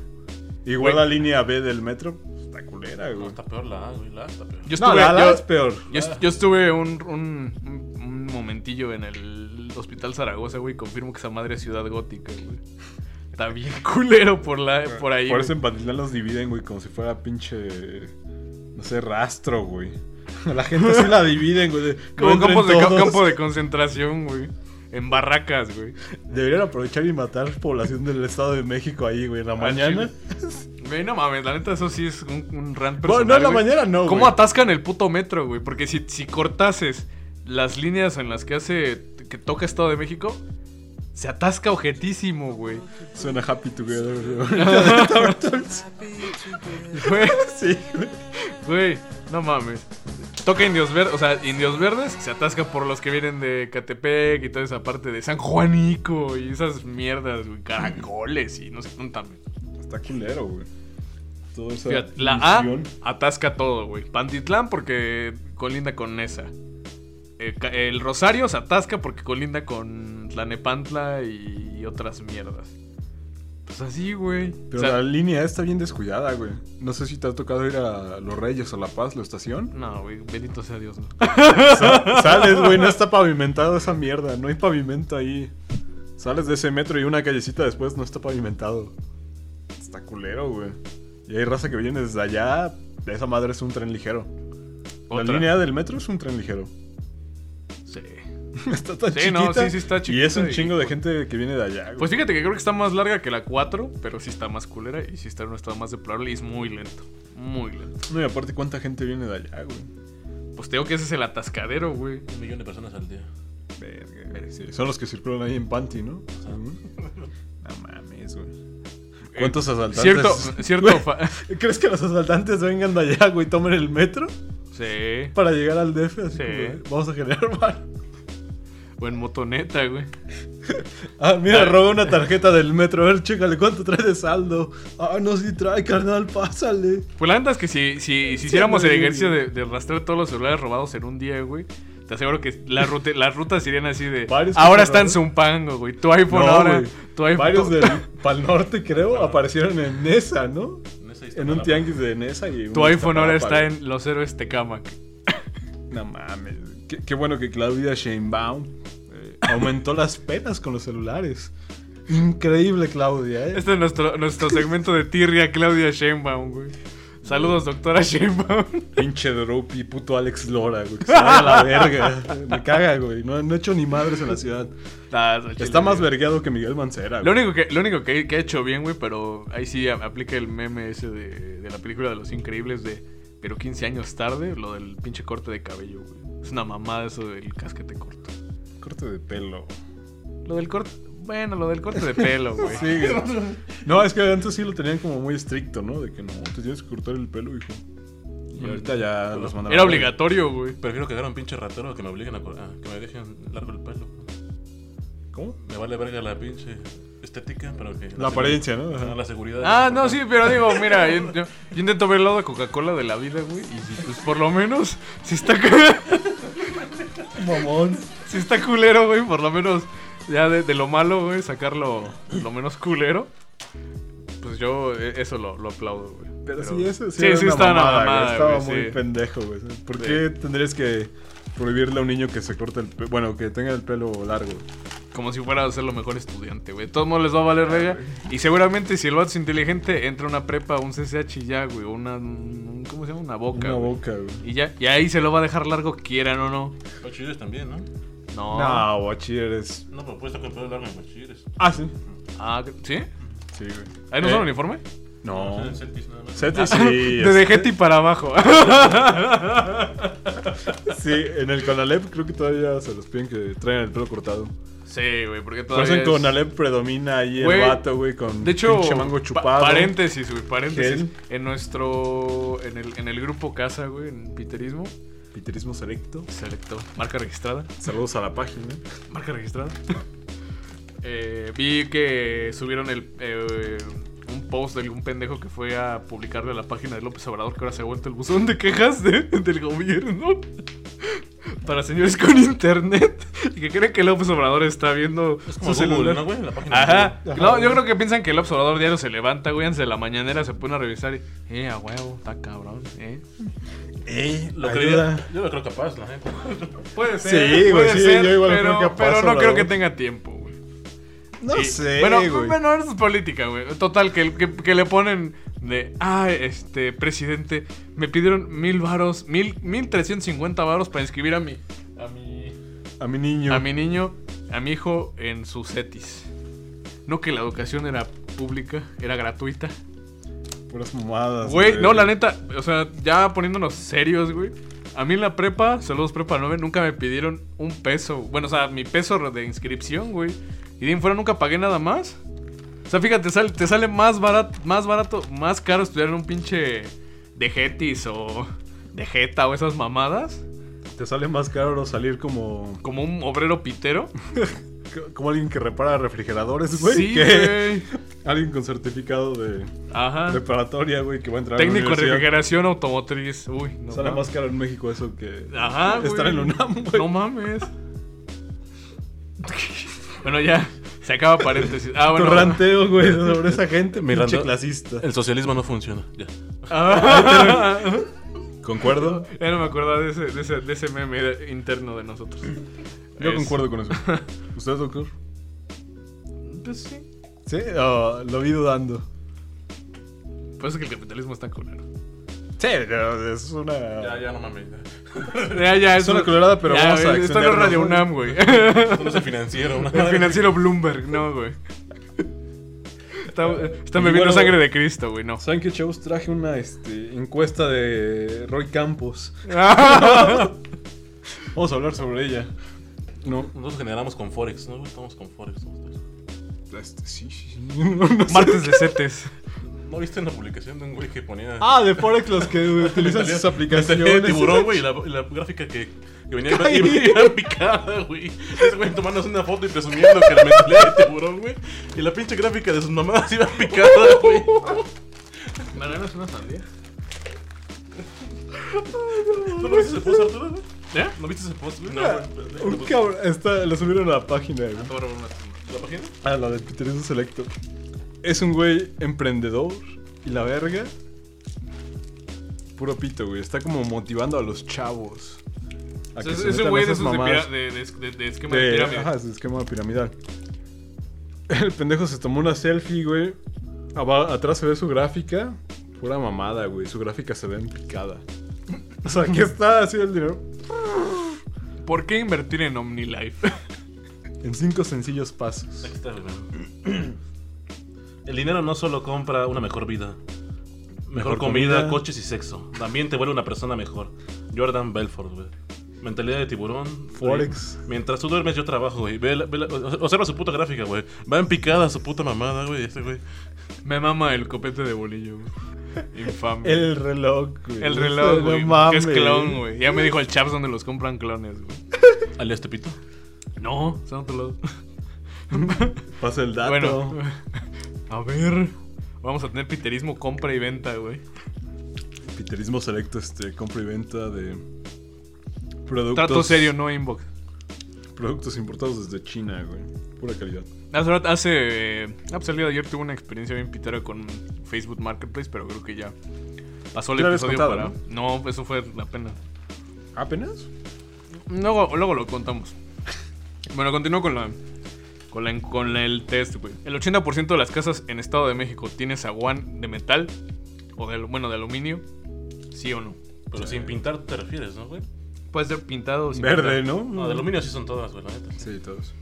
Speaker 2: Igual
Speaker 3: Güey.
Speaker 2: la línea B del metro. pues, Está culera,
Speaker 4: No,
Speaker 2: güey.
Speaker 4: está peor la A, güey. La A está peor.
Speaker 3: Yo
Speaker 2: No,
Speaker 3: estuve,
Speaker 2: la A
Speaker 3: yo-
Speaker 2: es peor.
Speaker 3: Yo, est- yo estuve un, un- un- un momentillo en el Hospital Zaragoza, güey. Confirmo que esa madre es ciudad gótica, güey. Está bien culero por, la, por ahí.
Speaker 2: Por
Speaker 3: güey.
Speaker 2: eso en Pantitlán los dividen, güey, como si fuera pinche. No sé, rastro, güey. A la gente sí la dividen, güey. de- no
Speaker 3: Como
Speaker 2: entren
Speaker 3: campo de, ca-
Speaker 2: todos.
Speaker 3: campo de concentración, güey. En barracas, güey.
Speaker 2: Deberían aprovechar y matar población del Estado de México ahí, güey, en
Speaker 3: Ah,
Speaker 2: la mañana.
Speaker 3: Güey, no mames, la neta, eso sí es un, un rant
Speaker 2: Bueno,
Speaker 3: personal,
Speaker 2: no en la
Speaker 3: güey.
Speaker 2: mañana, no.
Speaker 3: ¿Cómo
Speaker 2: güey.
Speaker 3: atascan el puto metro, güey? Porque si, si cortases las líneas en las que hace... Que toca Estado de México... Se atasca objetísimo, güey.
Speaker 2: Suena happy together, güey. de Turtles.
Speaker 3: Güey.
Speaker 2: Sí, güey.
Speaker 3: Güey, no mames. Toca Indios Verdes, o sea, Indios Verdes se atasca por los que vienen de Catepec y toda esa parte de San Juanico y esas mierdas, güey, caracoles y no sé cuánta. mierda.
Speaker 2: Está culero, güey. Todo eso.
Speaker 3: Fíjate, la A atasca todo, güey. Pantitlán porque colinda con Nesa. Eh, ca- El, Rosario se atasca porque colinda con Tlanepantla y otras mierdas. Pues así, güey.
Speaker 2: Pero
Speaker 3: O sea,
Speaker 2: la línea está bien descuidada, güey. No sé si te ha tocado ir a Los Reyes o La Paz, la estación.
Speaker 3: No, güey, bendito sea Dios, ¿no?
Speaker 2: Sa- sales, güey, no está pavimentado esa mierda. No hay pavimento ahí. Sales de ese metro y una callecita después no está pavimentado. Está culero, güey. Y hay raza que viene desde allá. Esa madre es un tren ligero.
Speaker 3: Otra.
Speaker 2: La línea del metro es un tren ligero.
Speaker 3: Sí.
Speaker 2: Está tan
Speaker 3: Sí, no,
Speaker 2: chiquita
Speaker 3: sí, sí está
Speaker 2: Y pues es un
Speaker 3: chiquita y-
Speaker 2: chingo de gente que viene de allá, güey.
Speaker 3: Pues fíjate que creo que está más larga que la 4, pero sí está más culera y sí está en un estado más deplorable y es muy lento. Muy lento.
Speaker 2: No, y aparte, ¿cuánta gente viene de allá, güey?
Speaker 3: Pues te digo que ese es el atascadero, güey.
Speaker 4: Un millón de personas al día.
Speaker 2: Verga, güey. Eh, Sí, son los que circulan ahí en Panty, ¿no? No mames, güey. ¿Cuántos asaltantes?
Speaker 3: Cierto, Eh, cierto.
Speaker 2: Güey,
Speaker 3: fa-
Speaker 2: ¿Crees que los asaltantes vengan de allá, güey, y tomen el metro
Speaker 3: sí.
Speaker 2: para llegar al DF? Así
Speaker 3: Sí.
Speaker 2: como, vamos a generar mal.
Speaker 3: O en motoneta, güey.
Speaker 2: Ah, mira, roba una tarjeta del metro. A ver, chécale cuánto trae de saldo. Ah, no, si trae, carnal, pásale.
Speaker 3: Pues la neta es que si, si, si hiciéramos el
Speaker 2: güey.
Speaker 3: ejercicio de, de rastrear todos los celulares robados en un día, güey. Te aseguro que las, rute- las rutas irían así de.
Speaker 2: Varios
Speaker 3: ahora está en
Speaker 2: compradores.
Speaker 3: Zumpango, güey. Tu iPhone
Speaker 2: No,
Speaker 3: ahora.
Speaker 2: güey.
Speaker 3: Tu iPhone.
Speaker 2: Varios del Pal Norte, creo, aparecieron en Nesa, ¿no?
Speaker 4: En, esa
Speaker 2: En un
Speaker 4: Iztapalapa.
Speaker 2: tianguis de Nesa. Y
Speaker 3: Tu
Speaker 2: un
Speaker 3: iPhone ahora está
Speaker 2: Iztapalapa,
Speaker 3: en los héroes Tecamac.
Speaker 2: güey. No mames. Qué, qué bueno que Claudia Sheinbaum eh, aumentó las penas con los celulares. Increíble, Claudia, ¿eh?
Speaker 3: Este es nuestro, nuestro segmento de tirria Claudia Sheinbaum, güey. Saludos, doctora Sheinbaum.
Speaker 2: Pinche dropi, puto Alex Lora, güey. Que se vaya a la verga. Me caga, güey. No, no he hecho ni madres en la ciudad.
Speaker 3: Nah, al chile,
Speaker 2: Está más
Speaker 3: güey.
Speaker 2: vergueado que Miguel Mancera,
Speaker 3: Lo
Speaker 2: güey.
Speaker 3: único, que, lo único que, que ha hecho bien, güey, pero ahí sí a- aplica el meme ese de, de la película de Los Increíbles de... Pero 15 años tarde, lo del pinche corte de cabello, güey. Es una mamada eso del casquete corto.
Speaker 2: Corte de pelo.
Speaker 3: Lo del corte... Bueno, lo del corte de pelo, güey.
Speaker 2: Sí, güey. No, es que antes sí lo tenían como muy estricto, ¿no? De que no, te tienes que cortar el pelo, hijo. Y ahorita ya los mandaron.
Speaker 3: Mm. Era obligatorio, güey.
Speaker 4: Prefiero que hagan un pinche ratero a que me obliguen a, cor- a que me dejen largo el pelo.
Speaker 2: ¿Cómo?
Speaker 4: Me vale verga la pinche estética, pero que.
Speaker 2: La apariencia, ¿no? Ajá.
Speaker 4: Ajá, La seguridad.
Speaker 3: Ah, no, sí, pero digo, mira, yo, yo- yo intento ver el lado de Coca-Cola de la vida, güey. Y si, pues por lo menos, si está, cu-
Speaker 2: Mamón.
Speaker 3: si está culero, güey, por lo menos, ya de, de lo malo, güey, sacarlo lo menos culero. Pues yo eh, eso lo, lo aplaudo, güey.
Speaker 2: Pero, sí, eso sí.
Speaker 3: Sí,
Speaker 2: era
Speaker 3: sí,
Speaker 2: una
Speaker 3: estaba una
Speaker 2: mamada, güey.
Speaker 3: mamada,
Speaker 2: Estaba
Speaker 3: güey,
Speaker 2: muy
Speaker 3: sí.
Speaker 2: pendejo, güey. ¿Por
Speaker 3: Sí.
Speaker 2: qué tendrías que prohibirle a un niño que se corte el pelo? Bueno, que tenga el pelo largo.
Speaker 3: Como si fuera a ser lo mejor estudiante, güey. De todos modos les va a valer verga. Y seguramente si el vato es inteligente, entra a una prepa, un CCH y ya, güey. o Una. un- ¿Cómo se llama? Una boca.
Speaker 2: Una
Speaker 3: güey.
Speaker 2: boca, güey.
Speaker 3: Y ya, y ahí se lo va a dejar largo, quieran o no.
Speaker 4: Bachilleres también, ¿no?
Speaker 3: No.
Speaker 2: No, guachi, eres.
Speaker 4: No, pero puedes estar con el pelo largo en bachilleres.
Speaker 2: Ah, sí.
Speaker 3: Ah, ¿sí?
Speaker 2: Sí, güey.
Speaker 3: ¿Ahí no
Speaker 2: Eh,
Speaker 3: son uniforme?
Speaker 2: No.
Speaker 4: En Celtics nada más.
Speaker 2: Seti sí. este.
Speaker 3: Desde Getty para abajo.
Speaker 2: Sí, en el Conalep creo que todavía se los piden que traigan el pelo cortado.
Speaker 3: sí, güey, porque
Speaker 2: Por eso
Speaker 3: todavía
Speaker 2: en
Speaker 3: es-
Speaker 2: Conalep predomina ahí el
Speaker 3: Güey,
Speaker 2: vato, güey, con
Speaker 3: De hecho,
Speaker 2: pinche mango
Speaker 3: pa-
Speaker 2: chupado.
Speaker 3: paréntesis, güey, paréntesis.
Speaker 2: Gel.
Speaker 3: En nuestro, en el, en el grupo casa, güey, en Piterismo,
Speaker 2: Piterismo selecto.
Speaker 3: selecto, marca registrada,
Speaker 2: Saludos a la página.
Speaker 3: marca registrada. Eh, vi que subieron el, eh, un post de algún pendejo que fue a publicarle a la página de López Obrador que ahora se ha vuelto el buzón de quejas de- del gobierno. Para señores con internet y que creen que López Obrador está viendo
Speaker 4: Es como
Speaker 3: su
Speaker 4: Google,
Speaker 3: celular.
Speaker 4: ¿no, güey? La página de
Speaker 3: Ajá.
Speaker 2: Ajá.
Speaker 3: No, yo creo que piensan que el observador diario se levanta, güey, antes de la mañanera se pone a revisar y, eh, a huevo, está cabrón, eh.
Speaker 2: Ey,
Speaker 4: Google. Lo
Speaker 2: ayuda.
Speaker 4: creía. Yo lo creo capaz, la gente.
Speaker 3: Puede
Speaker 2: ser, Sí, puede güey, sí, ser, yo igual pero- creo que a
Speaker 3: pero
Speaker 2: Paz
Speaker 3: no creo
Speaker 2: Obrador.
Speaker 3: que tenga tiempo, güey.
Speaker 2: No
Speaker 3: Y-
Speaker 2: sé,
Speaker 3: Bueno,
Speaker 2: güey.
Speaker 3: bueno, eso es política, güey. Total, que, que, que le ponen de, ah, este, presidente, me pidieron mil varos, mil, mil trescientos cincuenta varos para inscribir a mi, a mi
Speaker 2: A mi niño.
Speaker 3: A mi niño, a mi hijo en sus CETIS. No que la educación era pública, era gratuita.
Speaker 2: Puras mamadas.
Speaker 3: Güey, no, la neta, o sea, ya poniéndonos serios, güey. A mí en la prepa, saludos prepa 9, nunca me pidieron un peso. Bueno, o sea, mi peso de inscripción, güey. Y de ahí en fuera nunca pagué nada más. O sea, fíjate, sale- te sale más barato, más barato, más caro estudiar en un pinche de Jetis o de Jeta o esas mamadas.
Speaker 2: Te sale más caro salir como,
Speaker 3: Como un obrero pitero.
Speaker 2: como alguien que repara refrigeradores, güey.
Speaker 3: sí,
Speaker 2: que
Speaker 3: güey.
Speaker 2: alguien con certificado de
Speaker 3: Ajá.
Speaker 2: preparatoria, güey, que va a entrar
Speaker 3: Técnico
Speaker 2: a
Speaker 3: de
Speaker 2: la universidad.
Speaker 3: refrigeración automotriz. Uy, no
Speaker 2: Sale
Speaker 3: mames. Ah,
Speaker 2: más caro en México eso que
Speaker 3: Ajá, güey.
Speaker 2: estar en UNAM, güey.
Speaker 3: No mames. bueno, ya. Se acaba paréntesis. Ah, bueno.
Speaker 2: Tu ranteo, güey, sobre esa gente. Mi
Speaker 4: ranteo-
Speaker 2: clasista.
Speaker 4: El socialismo no funciona. Ya.
Speaker 3: Ah,
Speaker 2: ¿Concuerdo?
Speaker 3: ya no me acordaba de ese, de ese, de ese meme de- interno de nosotros.
Speaker 2: Yo
Speaker 3: Es-
Speaker 2: concuerdo con eso. ¿Usted, doctor?
Speaker 3: Pues sí.
Speaker 2: Sí, Ah, lo vi dudando.
Speaker 3: Pues es que el capitalismo está culero.
Speaker 2: Sí, no, es una.
Speaker 4: Ya, ya, no mames. ya.
Speaker 3: Ya, ya,
Speaker 2: Es una colorada, pero vamos a
Speaker 3: Esto no es
Speaker 2: extendernos,
Speaker 3: Radio
Speaker 2: güey.
Speaker 3: UNAM, güey.
Speaker 4: Esto no es el financiero. una
Speaker 3: El
Speaker 4: madre.
Speaker 3: financiero Bloomberg, no, güey. Está, está
Speaker 2: Y bueno-
Speaker 3: bebiendo sangre de Cristo, güey, no.
Speaker 2: ¿Saben que Shows traje una este, encuesta de Roy Campos? Vamos a hablar sobre ella. No,
Speaker 4: Nosotros generamos con Forex, ¿no? güey? Estamos con Forex. nosotros.
Speaker 2: este, sí, sí, sí. No, no sé.
Speaker 3: Martes de setes.
Speaker 4: ¿No viste en la publicación de un güey que ponía.
Speaker 2: Ah, de Forex los que utilizan
Speaker 4: Salía-
Speaker 2: sus
Speaker 4: salía
Speaker 2: aplicaciones.
Speaker 4: el tiburón, güey, y la, y la gráfica que, que venía
Speaker 2: Caí.
Speaker 4: y venía picada, güey. Ese güey tomándose una foto y presumiendo que la metía el tiburón, güey. Y la pinche gráfica de sus mamadas iba picada, güey.
Speaker 5: ¿Me regalas una sandía?
Speaker 4: ¿No lo viste ese post, Arturo? güey? ¿Eh? ¿No viste ese post, güey? No, güey.
Speaker 2: Un cabrón. Está, lo subieron a la página, güey.
Speaker 5: Ahora una sandía.
Speaker 4: ¿La página?
Speaker 2: A Ah, la de Piterismo Selecto. Es un güey emprendedor y la verga. Puro pito, güey. Está como motivando a los chavos. A
Speaker 3: Es,
Speaker 2: se
Speaker 3: es
Speaker 2: metan
Speaker 3: un
Speaker 2: a
Speaker 3: güey de
Speaker 2: esas
Speaker 3: esos de,
Speaker 2: mamadas
Speaker 3: pira- de, de, de- de esquema de,
Speaker 2: de-
Speaker 3: pirámide.
Speaker 2: Ajá, su esquema piramidal. El pendejo se tomó una selfie, güey. Aba- atrás se ve su gráfica. Pura mamada, güey. Su gráfica se ve en picada. O sea, que está así el dinero.
Speaker 3: ¿Por qué invertir en OmniLife?
Speaker 2: En cinco sencillos pasos.
Speaker 4: Aquí está, güey. mira. El dinero no solo compra una mejor vida. Mejor,
Speaker 2: Mejor
Speaker 4: comida,
Speaker 2: comida.
Speaker 4: coches y sexo. También te vuelve una persona mejor. Jordan Belfort, güey. Mentalidad de tiburón.
Speaker 2: Forex.
Speaker 4: güey. Mientras tú duermes, yo trabajo, güey. Ve la- ve la- o- observa su puta gráfica, güey. Va en picada su puta mamada, güey. Este, güey.
Speaker 3: Me mama el copete de bolillo, güey. Infame.
Speaker 2: El reloj, güey.
Speaker 3: El reloj,
Speaker 2: No
Speaker 3: güey. que
Speaker 2: mames.
Speaker 3: es clon, güey. Ya me dijo el Chaps donde los compran clones, güey.
Speaker 4: Alias Tepito.
Speaker 3: No, son otro lado.
Speaker 2: Pasa el dato.
Speaker 3: Bueno, a ver. Vamos a tener piterismo, compra y venta, güey.
Speaker 2: Piterismo selecto, este, compra y venta de productos.
Speaker 3: Trato serio, no inbox.
Speaker 2: Productos importados desde China, güey. Pura calidad.
Speaker 3: Hace, rato- hace, eh, ah, pues el día de ayer tuve una experiencia bien pitera con Facebook Marketplace, pero creo que ya pasó el
Speaker 2: Ya lo habías
Speaker 3: episodio
Speaker 2: contado,
Speaker 3: para... ¿no? eso fue la pena.
Speaker 2: ¿Apenas?
Speaker 3: Luego, luego lo contamos. Bueno, continúo con la... Con, la- con el test, güey. El 80% de las casas en Estado de México tiene zaguán de metal, o de, alu- bueno, de aluminio, sí o no.
Speaker 4: Pero sin pintar te refieres, ¿no, güey?
Speaker 3: Puede ser pintado o sin
Speaker 2: Verde,
Speaker 3: pintar.
Speaker 2: ¿no?
Speaker 4: No, de aluminio sí son todas, güey, la neta.
Speaker 2: Mm. Sí, todos.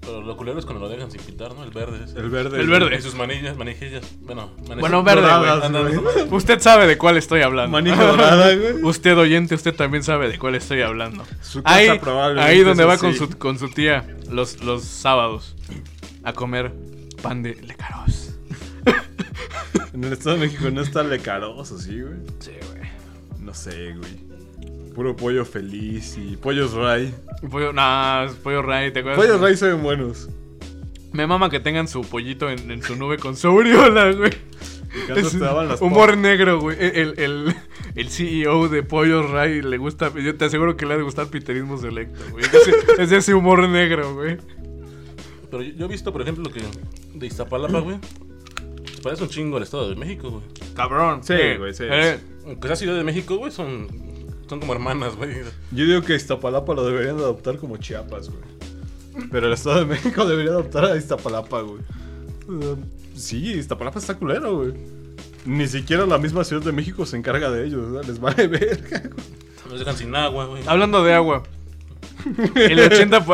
Speaker 4: Pero lo culero es cuando lo dejan sin pintar, ¿no? El verde. ese.
Speaker 2: El verde.
Speaker 3: El verde.
Speaker 4: Y sus manillas, manijillas. Bueno, manillas.
Speaker 3: Bueno, verde,
Speaker 2: Doradas,
Speaker 3: güey. Ah,
Speaker 4: Ándale,
Speaker 2: güey.
Speaker 3: Usted sabe de cuál estoy hablando.
Speaker 2: Manija dorada, güey.
Speaker 3: Usted oyente, usted también sabe de cuál estoy hablando.
Speaker 2: Su casa
Speaker 3: Ahí,
Speaker 2: probablemente
Speaker 3: ahí donde
Speaker 2: es
Speaker 3: va
Speaker 2: así.
Speaker 3: con su, con su tía los, los sábados a comer pan de lecaros.
Speaker 2: En el Estado de México no está lecaroso, sí, güey.
Speaker 3: Sí, güey.
Speaker 2: No sé, güey. Puro pollo feliz y pollos ray.
Speaker 3: Pollo, nah, es pollo ray, ¿te acuerdas?
Speaker 2: Pollos ray se ven buenos.
Speaker 3: Me mama que tengan su pollito en, en su nube con su aureola, güey.
Speaker 2: Y antes
Speaker 3: Es
Speaker 2: te daban las
Speaker 3: humor
Speaker 2: pop-
Speaker 3: negro, güey. El, el, el CEO de Pollo Ray le gusta. Yo te aseguro que le ha de gustar Piterismo Selecto, güey. Es de ese- es de ese humor negro, güey.
Speaker 4: Pero yo, yo he visto, por ejemplo, que de Iztapalapa, güey, se parece un chingo al Estado de México, güey.
Speaker 3: Cabrón.
Speaker 2: Sí, güey, sí,
Speaker 3: eh,
Speaker 4: Aunque sea Ciudad de México, güey, son, son como hermanas, güey.
Speaker 2: Yo digo que Iztapalapa lo deberían de adoptar como Chiapas, güey. Pero el Estado de México debería adoptar a Iztapalapa, güey. Eh, Sí, Iztapalapa está culero, güey. Ni siquiera la misma Ciudad de México se encarga de ellos, ¿verdad? Les vale verga.
Speaker 4: Nos dejan sin agua, güey.
Speaker 3: Hablando de agua. El 80%. po-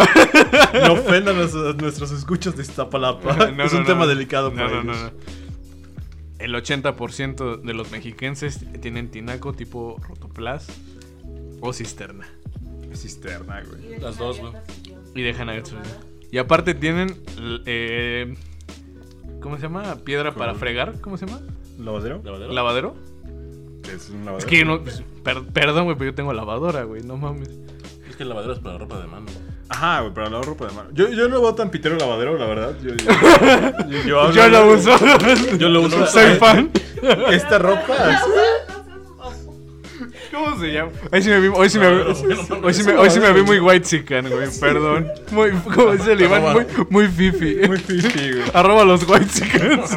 Speaker 2: No ofendan a, su- a nuestros escuchas de Iztapalapa.
Speaker 3: No,
Speaker 2: es
Speaker 3: no,
Speaker 2: un
Speaker 3: no,
Speaker 2: tema
Speaker 3: no.
Speaker 2: delicado
Speaker 3: No,
Speaker 2: para
Speaker 3: no, no,
Speaker 2: ellos.
Speaker 3: no. El 80% de los mexiquenses tienen tinaco tipo rotoplas o cisterna.
Speaker 2: Cisterna, güey.
Speaker 4: Las dos, güey.
Speaker 3: Y dejan a su Y aparte tienen. l- eh, ¿Cómo se llama? Piedra para fregar. ¿Cómo se llama?
Speaker 2: ¿Lavadero?
Speaker 4: ¿Lavadero?
Speaker 3: ¿Lavadero?
Speaker 2: Es un lavadero.
Speaker 3: Es que no. pues, per- perdón, güey, pero yo tengo lavadora, güey. No mames.
Speaker 4: Es que el lavadero es para la ropa de mano. güey.
Speaker 2: Ajá, güey, para lavar ropa de mano. Yo, yo no voy tan pitero lavadero, la verdad. Yo, yo- yo- yo hablo-
Speaker 3: Yo lo uso.
Speaker 2: Yo lo uso.
Speaker 3: Soy fan.
Speaker 2: Esta ropa.
Speaker 3: ¿Cómo se llama? Hoy sí me vi, hoy sí me vi, hoy sí me, hoy sí me vi muy white chican, güey, perdón. Muy, como dice el Iván, muy, muy fifi.
Speaker 2: Muy fifi, güey.
Speaker 3: Arroba los white chicans.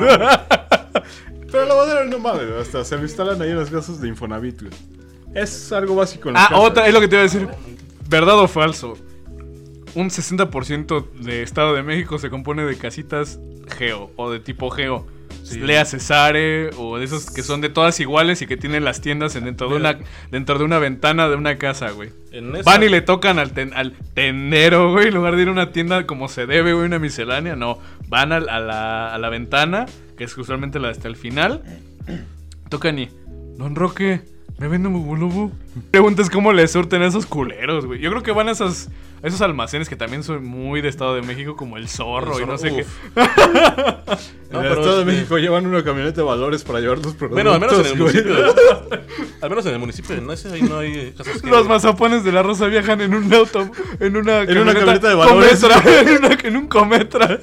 Speaker 2: Pero lavadero no mames, hasta se lo instalan ahí en las casas de Infonavit, güey. Es algo básico en las
Speaker 3: Ah,
Speaker 2: casas.
Speaker 3: otra, es lo que te iba a decir. ¿Verdad o falso? Un 60% de Estado de México se compone de casitas geo o de tipo geo.
Speaker 4: Sí.
Speaker 3: Lea Cesare o de esos que son de todas iguales y que tienen las tiendas en- dentro de
Speaker 4: Mira.
Speaker 3: una, dentro de una ventana de una casa, güey.
Speaker 4: En esa-
Speaker 3: Van y le tocan al, ten- al tendero, güey, en lugar de ir a una tienda como se debe, güey, una miscelánea. No, van al- a, la, a la ventana, que es usualmente la hasta el final. Tocan y, Don Roque, me vende un bubulubu. Preguntas cómo le surten a esos culeros, güey. Yo creo que van a esos, a esos almacenes que también son muy de Estado de México, como el
Speaker 4: El
Speaker 3: Zorro, y
Speaker 4: Zorro,
Speaker 3: no sé qué.
Speaker 4: uf.
Speaker 2: en
Speaker 4: No,
Speaker 2: el
Speaker 4: pero
Speaker 2: Estado de
Speaker 4: este-
Speaker 2: México llevan una camioneta de valores para llevar los productos.
Speaker 4: Bueno, al menos en el
Speaker 2: güey.
Speaker 4: municipio. al menos en el municipio de Nacia, ahí no hay eh, casas que-
Speaker 3: Los mazapones de la Rosa viajan en un auto, en una
Speaker 2: En una camioneta de valores.
Speaker 3: cometra, en, una- en un cometra.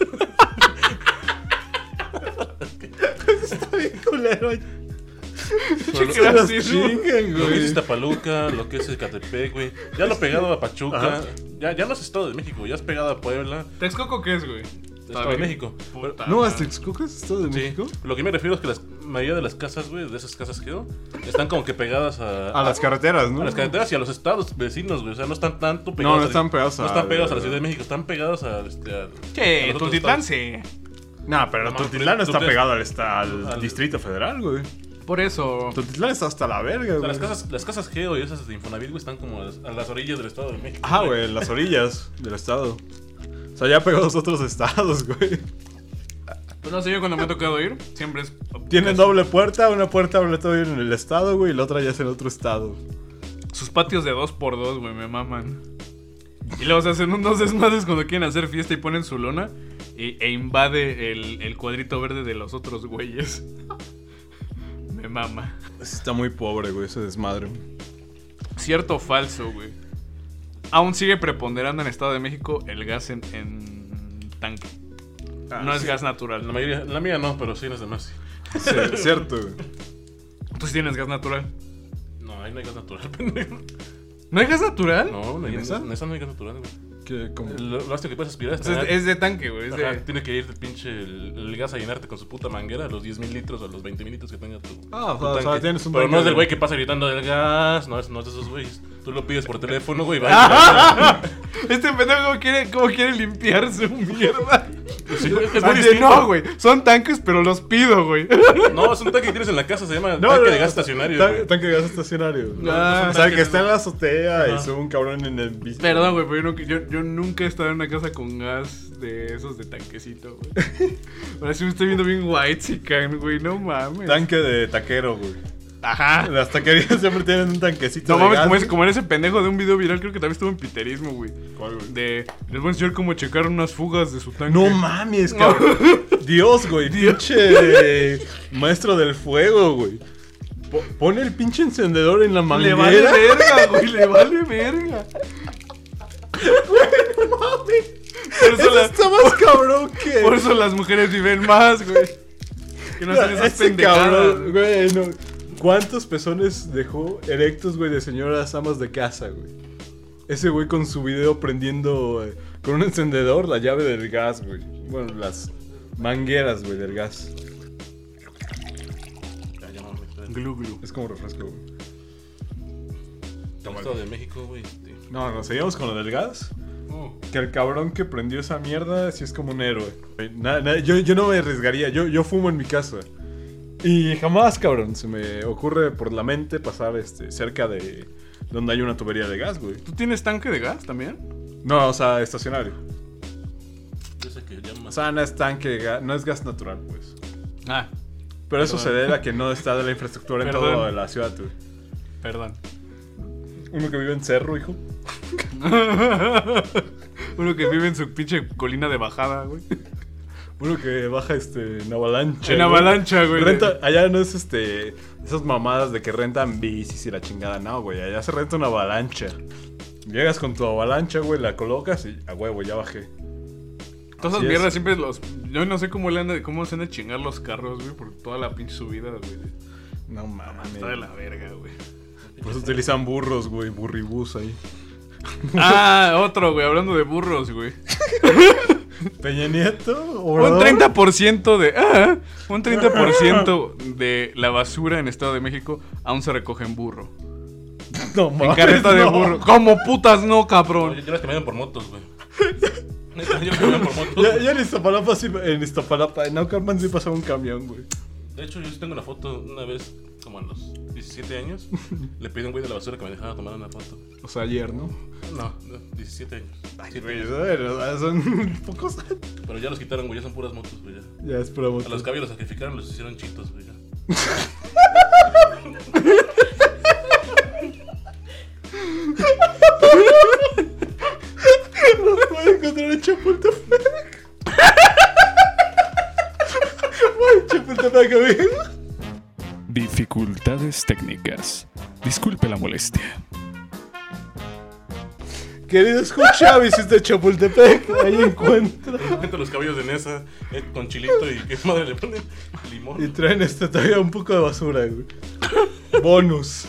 Speaker 2: Está bien culero.
Speaker 4: Pero lo-
Speaker 2: Se los
Speaker 3: Racismo.
Speaker 2: chingan,
Speaker 4: Lo que es
Speaker 2: güey.
Speaker 4: Iztapaluca, lo que es Ecatepec, güey. Ya lo pegado a Pachuca.
Speaker 2: Ajá.
Speaker 4: Ya, ya no es Estado de México, ya es pegado a Puebla,
Speaker 3: ¿Texcoco qué es, güey?
Speaker 4: Estado de México. Pero-
Speaker 2: No, hasta Texcoco es Estado de
Speaker 4: sí.
Speaker 2: México.
Speaker 4: Lo que me refiero es que la mayoría de las casas, güey, de esas casas que yo, están como que pegadas a,
Speaker 2: A las carreteras, ¿no?
Speaker 4: a las carreteras y a los estados vecinos, güey. O sea, no están tanto
Speaker 2: No,
Speaker 4: pegadas.
Speaker 2: no
Speaker 4: a-
Speaker 2: están pegadas
Speaker 4: No
Speaker 2: a-
Speaker 4: están pegadas a la Ciudad de México, están pegadas a. Este, a- a
Speaker 3: Che,
Speaker 4: los otros
Speaker 3: Tultitlán
Speaker 4: estados.
Speaker 3: sí.
Speaker 2: No, pero
Speaker 4: No,
Speaker 2: Totitlán está
Speaker 4: Tultitlán-
Speaker 2: pegado al, esta- al
Speaker 4: al-
Speaker 2: Distrito Federal, güey.
Speaker 3: Por eso.
Speaker 2: Totitlán está hasta la verga,
Speaker 4: O sea,
Speaker 2: güey.
Speaker 4: las casas, las casas Geo y esas de Infonavit, güey, están como a las, a las orillas del Estado de México.
Speaker 2: Ah, güey, en las orillas del estado. O sea, ya pegó a los otros estados, güey.
Speaker 3: Pues no sé, yo cuando me ha tocado ir, siempre es.
Speaker 2: Tienen doble puerta, una puerta habla todavía en el estado, güey, y la otra ya es en otro estado.
Speaker 3: Sus patios de 2 por 2 güey, me maman. Y luego se hacen unos desmadres cuando quieren hacer fiesta y ponen su lona e, e invade el, el cuadrito verde de los otros güeyes. Me mama.
Speaker 2: Está muy pobre, güey, ese desmadre.
Speaker 3: Cierto o falso, güey. Aún sigue preponderando en Estado de México el gas en, en tanque.
Speaker 4: Ah,
Speaker 3: no es gas natural.
Speaker 4: En La, mayoría, en la mía no, pero sí en las demás sí.
Speaker 2: Sí, cierto, güey.
Speaker 3: Tú sí tienes gas natural.
Speaker 4: No, ahí no hay gas natural, pendejo.
Speaker 3: ¿No hay gas natural?
Speaker 4: No, no,
Speaker 2: ¿En
Speaker 4: en,
Speaker 2: esa?
Speaker 4: esa? en esa no hay gas natural, güey.
Speaker 2: Que como...
Speaker 4: Lo, lo único que puedes aspirar es,
Speaker 3: O sea,
Speaker 4: tener-
Speaker 3: Pues es, es de tanque, güey. es de-
Speaker 4: Ajá, tiene que ir el pinche el, el gas a llenarte con su puta manguera, los 10 mil litros o los 20 mil litros que tenga tu.
Speaker 2: Ah, o
Speaker 4: tu
Speaker 2: sea, o sea,
Speaker 4: tanque.
Speaker 2: tienes un
Speaker 4: Pero
Speaker 2: tanque
Speaker 4: no es del
Speaker 2: de-
Speaker 4: güey que pasa gritando del gas, no es, no es de esos güeyes. Tú lo pides por teléfono, güey, y va.
Speaker 3: Este pendejo ¿cómo quiere, cómo quiere limpiar su mierda.
Speaker 4: Sí, güey, es muy
Speaker 3: Oye,
Speaker 4: distinto.
Speaker 3: no, güey. Son tanques, pero los pido, güey.
Speaker 4: No, es un tanque que tienes en la casa, se llama
Speaker 2: No,
Speaker 4: tanque
Speaker 2: no,
Speaker 4: de gas
Speaker 2: no,
Speaker 4: estacionario.
Speaker 2: tan-
Speaker 4: güey.
Speaker 2: tanque de gas estacionario. güey.
Speaker 3: Ah.
Speaker 2: o sea, el que está en la azotea y sube un cabrón en el bici.
Speaker 3: Perdón, güey, pero yo, nunca- yo, yo nunca he estado en una casa con gas de esos de tanquecito, güey. Ahora sí me estoy viendo bien white, chican, güey. No mames.
Speaker 2: Tanque de taquero, güey.
Speaker 3: Ajá.
Speaker 2: Las taquerías siempre tienen un tanquecito
Speaker 3: No
Speaker 2: de
Speaker 3: mames,
Speaker 2: gas.
Speaker 3: como, ese- como en ese pendejo de un video viral, creo que también estuvo en piterismo, güey.
Speaker 2: ¿Cuál, güey?
Speaker 3: De, les voy a enseñar cómo checar unas fugas de su tanque.
Speaker 2: No mames, cabrón. Dios, güey. Pinche maestro del fuego, güey. Po- pone el pinche encendedor en la manguera.
Speaker 3: Le vale verga, güey, le vale verga. Por eso,
Speaker 2: Eso
Speaker 3: la-
Speaker 2: está más cabrón que.
Speaker 3: por eso las mujeres viven más, güey. Que no hacen esas
Speaker 2: Ese
Speaker 3: pendejadas.
Speaker 2: cabrón, güey, no. ¿Cuántos pezones dejó erectos, güey, de señoras amas de casa, güey? Ese güey con su video prendiendo eh, con un encendedor la llave del gas, güey. Bueno, las mangueras, güey, del gas.
Speaker 4: Ya, ya, mames, espérate.
Speaker 3: Glu, glu.
Speaker 2: Es como refresco, güey.
Speaker 4: El Estado de México, güey. este,
Speaker 2: No, no, seguimos con lo del gas.
Speaker 3: Uh.
Speaker 2: Que el cabrón que prendió esa mierda sí es como un héroe. Na- na- yo, yo no me arriesgaría, yo, yo fumo en mi casa. Y jamás, cabrón, se me ocurre por la mente pasar este, cerca de donde hay una tubería de gas, güey.
Speaker 3: ¿Tú tienes tanque de gas también?
Speaker 2: No, o sea, estacionario.
Speaker 4: Yo sé que llama.
Speaker 2: O sea, no es tanque, de ga- no es gas natural, pues.
Speaker 3: Ah,
Speaker 2: Pero eso se debe a que no está de la infraestructura en
Speaker 3: Perdón.
Speaker 2: toda la ciudad, güey.
Speaker 3: perdón.
Speaker 2: Uno que vive en cerro, hijo.
Speaker 3: Uno que vive en su pinche colina de bajada, güey.
Speaker 2: Uno que baja este, en avalancha.
Speaker 3: En
Speaker 2: güey.
Speaker 3: avalancha, güey.
Speaker 2: Renta, allá no es este. Esas mamadas de que rentan bicis y la chingada, no, güey. Allá se renta una avalancha. Llegas con tu avalancha, güey, la colocas y a huevo, ya bajé.
Speaker 3: Todas esas
Speaker 2: Así es.
Speaker 3: mierdas siempre los. Yo no sé cómo le anda, cómo se han de chingar los carros, güey, por toda la pinche subida, güey.
Speaker 2: No mames.
Speaker 3: Está de la verga, güey.
Speaker 2: Por eso utilizan burros, güey, burribús ahí.
Speaker 3: Ah, otro, güey, hablando de burros, güey.
Speaker 2: Peña Nieto,
Speaker 3: Un
Speaker 2: Obrador.
Speaker 3: 30% de. ah, un 30% de la basura en Estado de México aún se recoge en burro.
Speaker 2: No mames.
Speaker 3: En carreta de
Speaker 2: no.
Speaker 3: burro. Como putas no,
Speaker 4: No, yo,
Speaker 3: cabrón.
Speaker 4: yo las cambiaron por motos, güey. Neta, yo me iba por motos.
Speaker 2: Ya, ya en Iztapalapa, sí, en Iztapalapa, en Naucalpan sí pasaba un camión, güey.
Speaker 4: De hecho, yo sí tengo una foto una vez, como a los 17 años. le pedí a un güey de la basura que me dejara tomar una foto.
Speaker 2: O sea, ayer, ¿no?
Speaker 4: No, no, 17 años.
Speaker 2: Ay,
Speaker 4: Siete
Speaker 2: güey,
Speaker 4: años.
Speaker 2: eso- son pocos.
Speaker 4: Pero ya los quitaron, güey. Ya son puras motos, güey. ya.
Speaker 2: Ya esperamos.
Speaker 4: A los caballos los sacrificaron, los hicieron chitos, güey. ya.
Speaker 2: Voy a encontrar a Chapultepec. Voy a Chapultepec, güey.
Speaker 1: Dificultades técnicas. Disculpe la molestia.
Speaker 2: Queridos Hot Chavis es de Chapultepec. Ahí encuentra.
Speaker 4: Meten los caballos de Nesa eh, con chilito y qué madre le ponen limón.
Speaker 2: Y traen este todavía un poco de basura, güey. Bonus.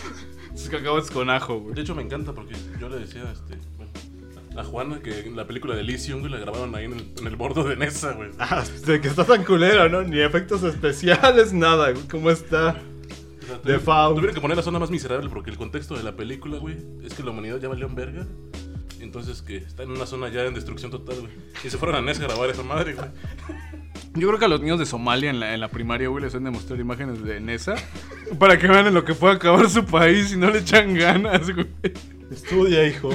Speaker 3: Sus cacahuates con ajo, güey.
Speaker 4: De hecho, me encanta porque yo le decía este, bueno, a Juana que en la película de Elysium, güey, la grabaron ahí en el, en el bordo de Nesa, güey.
Speaker 2: Ah, de que está tan culero, ¿no? Ni efectos especiales, nada, güey. ¿Cómo está?
Speaker 4: O sea,
Speaker 2: De
Speaker 4: tuvi-
Speaker 2: Fau.
Speaker 4: Tuvieron que poner la zona más miserable porque el contexto de la película, güey, es que la humanidad ya valió en verga. Entonces, que está en una zona ya en destrucción total, güey. Y se fueron a Nesa a grabar esa madre, güey.
Speaker 3: Yo creo que a los niños de Somalia en la, en la primaria, güey, les han de mostrar imágenes de Nesa para que vean en lo que puede acabar su país y no le echan ganas, güey.
Speaker 2: Estudia, hijo.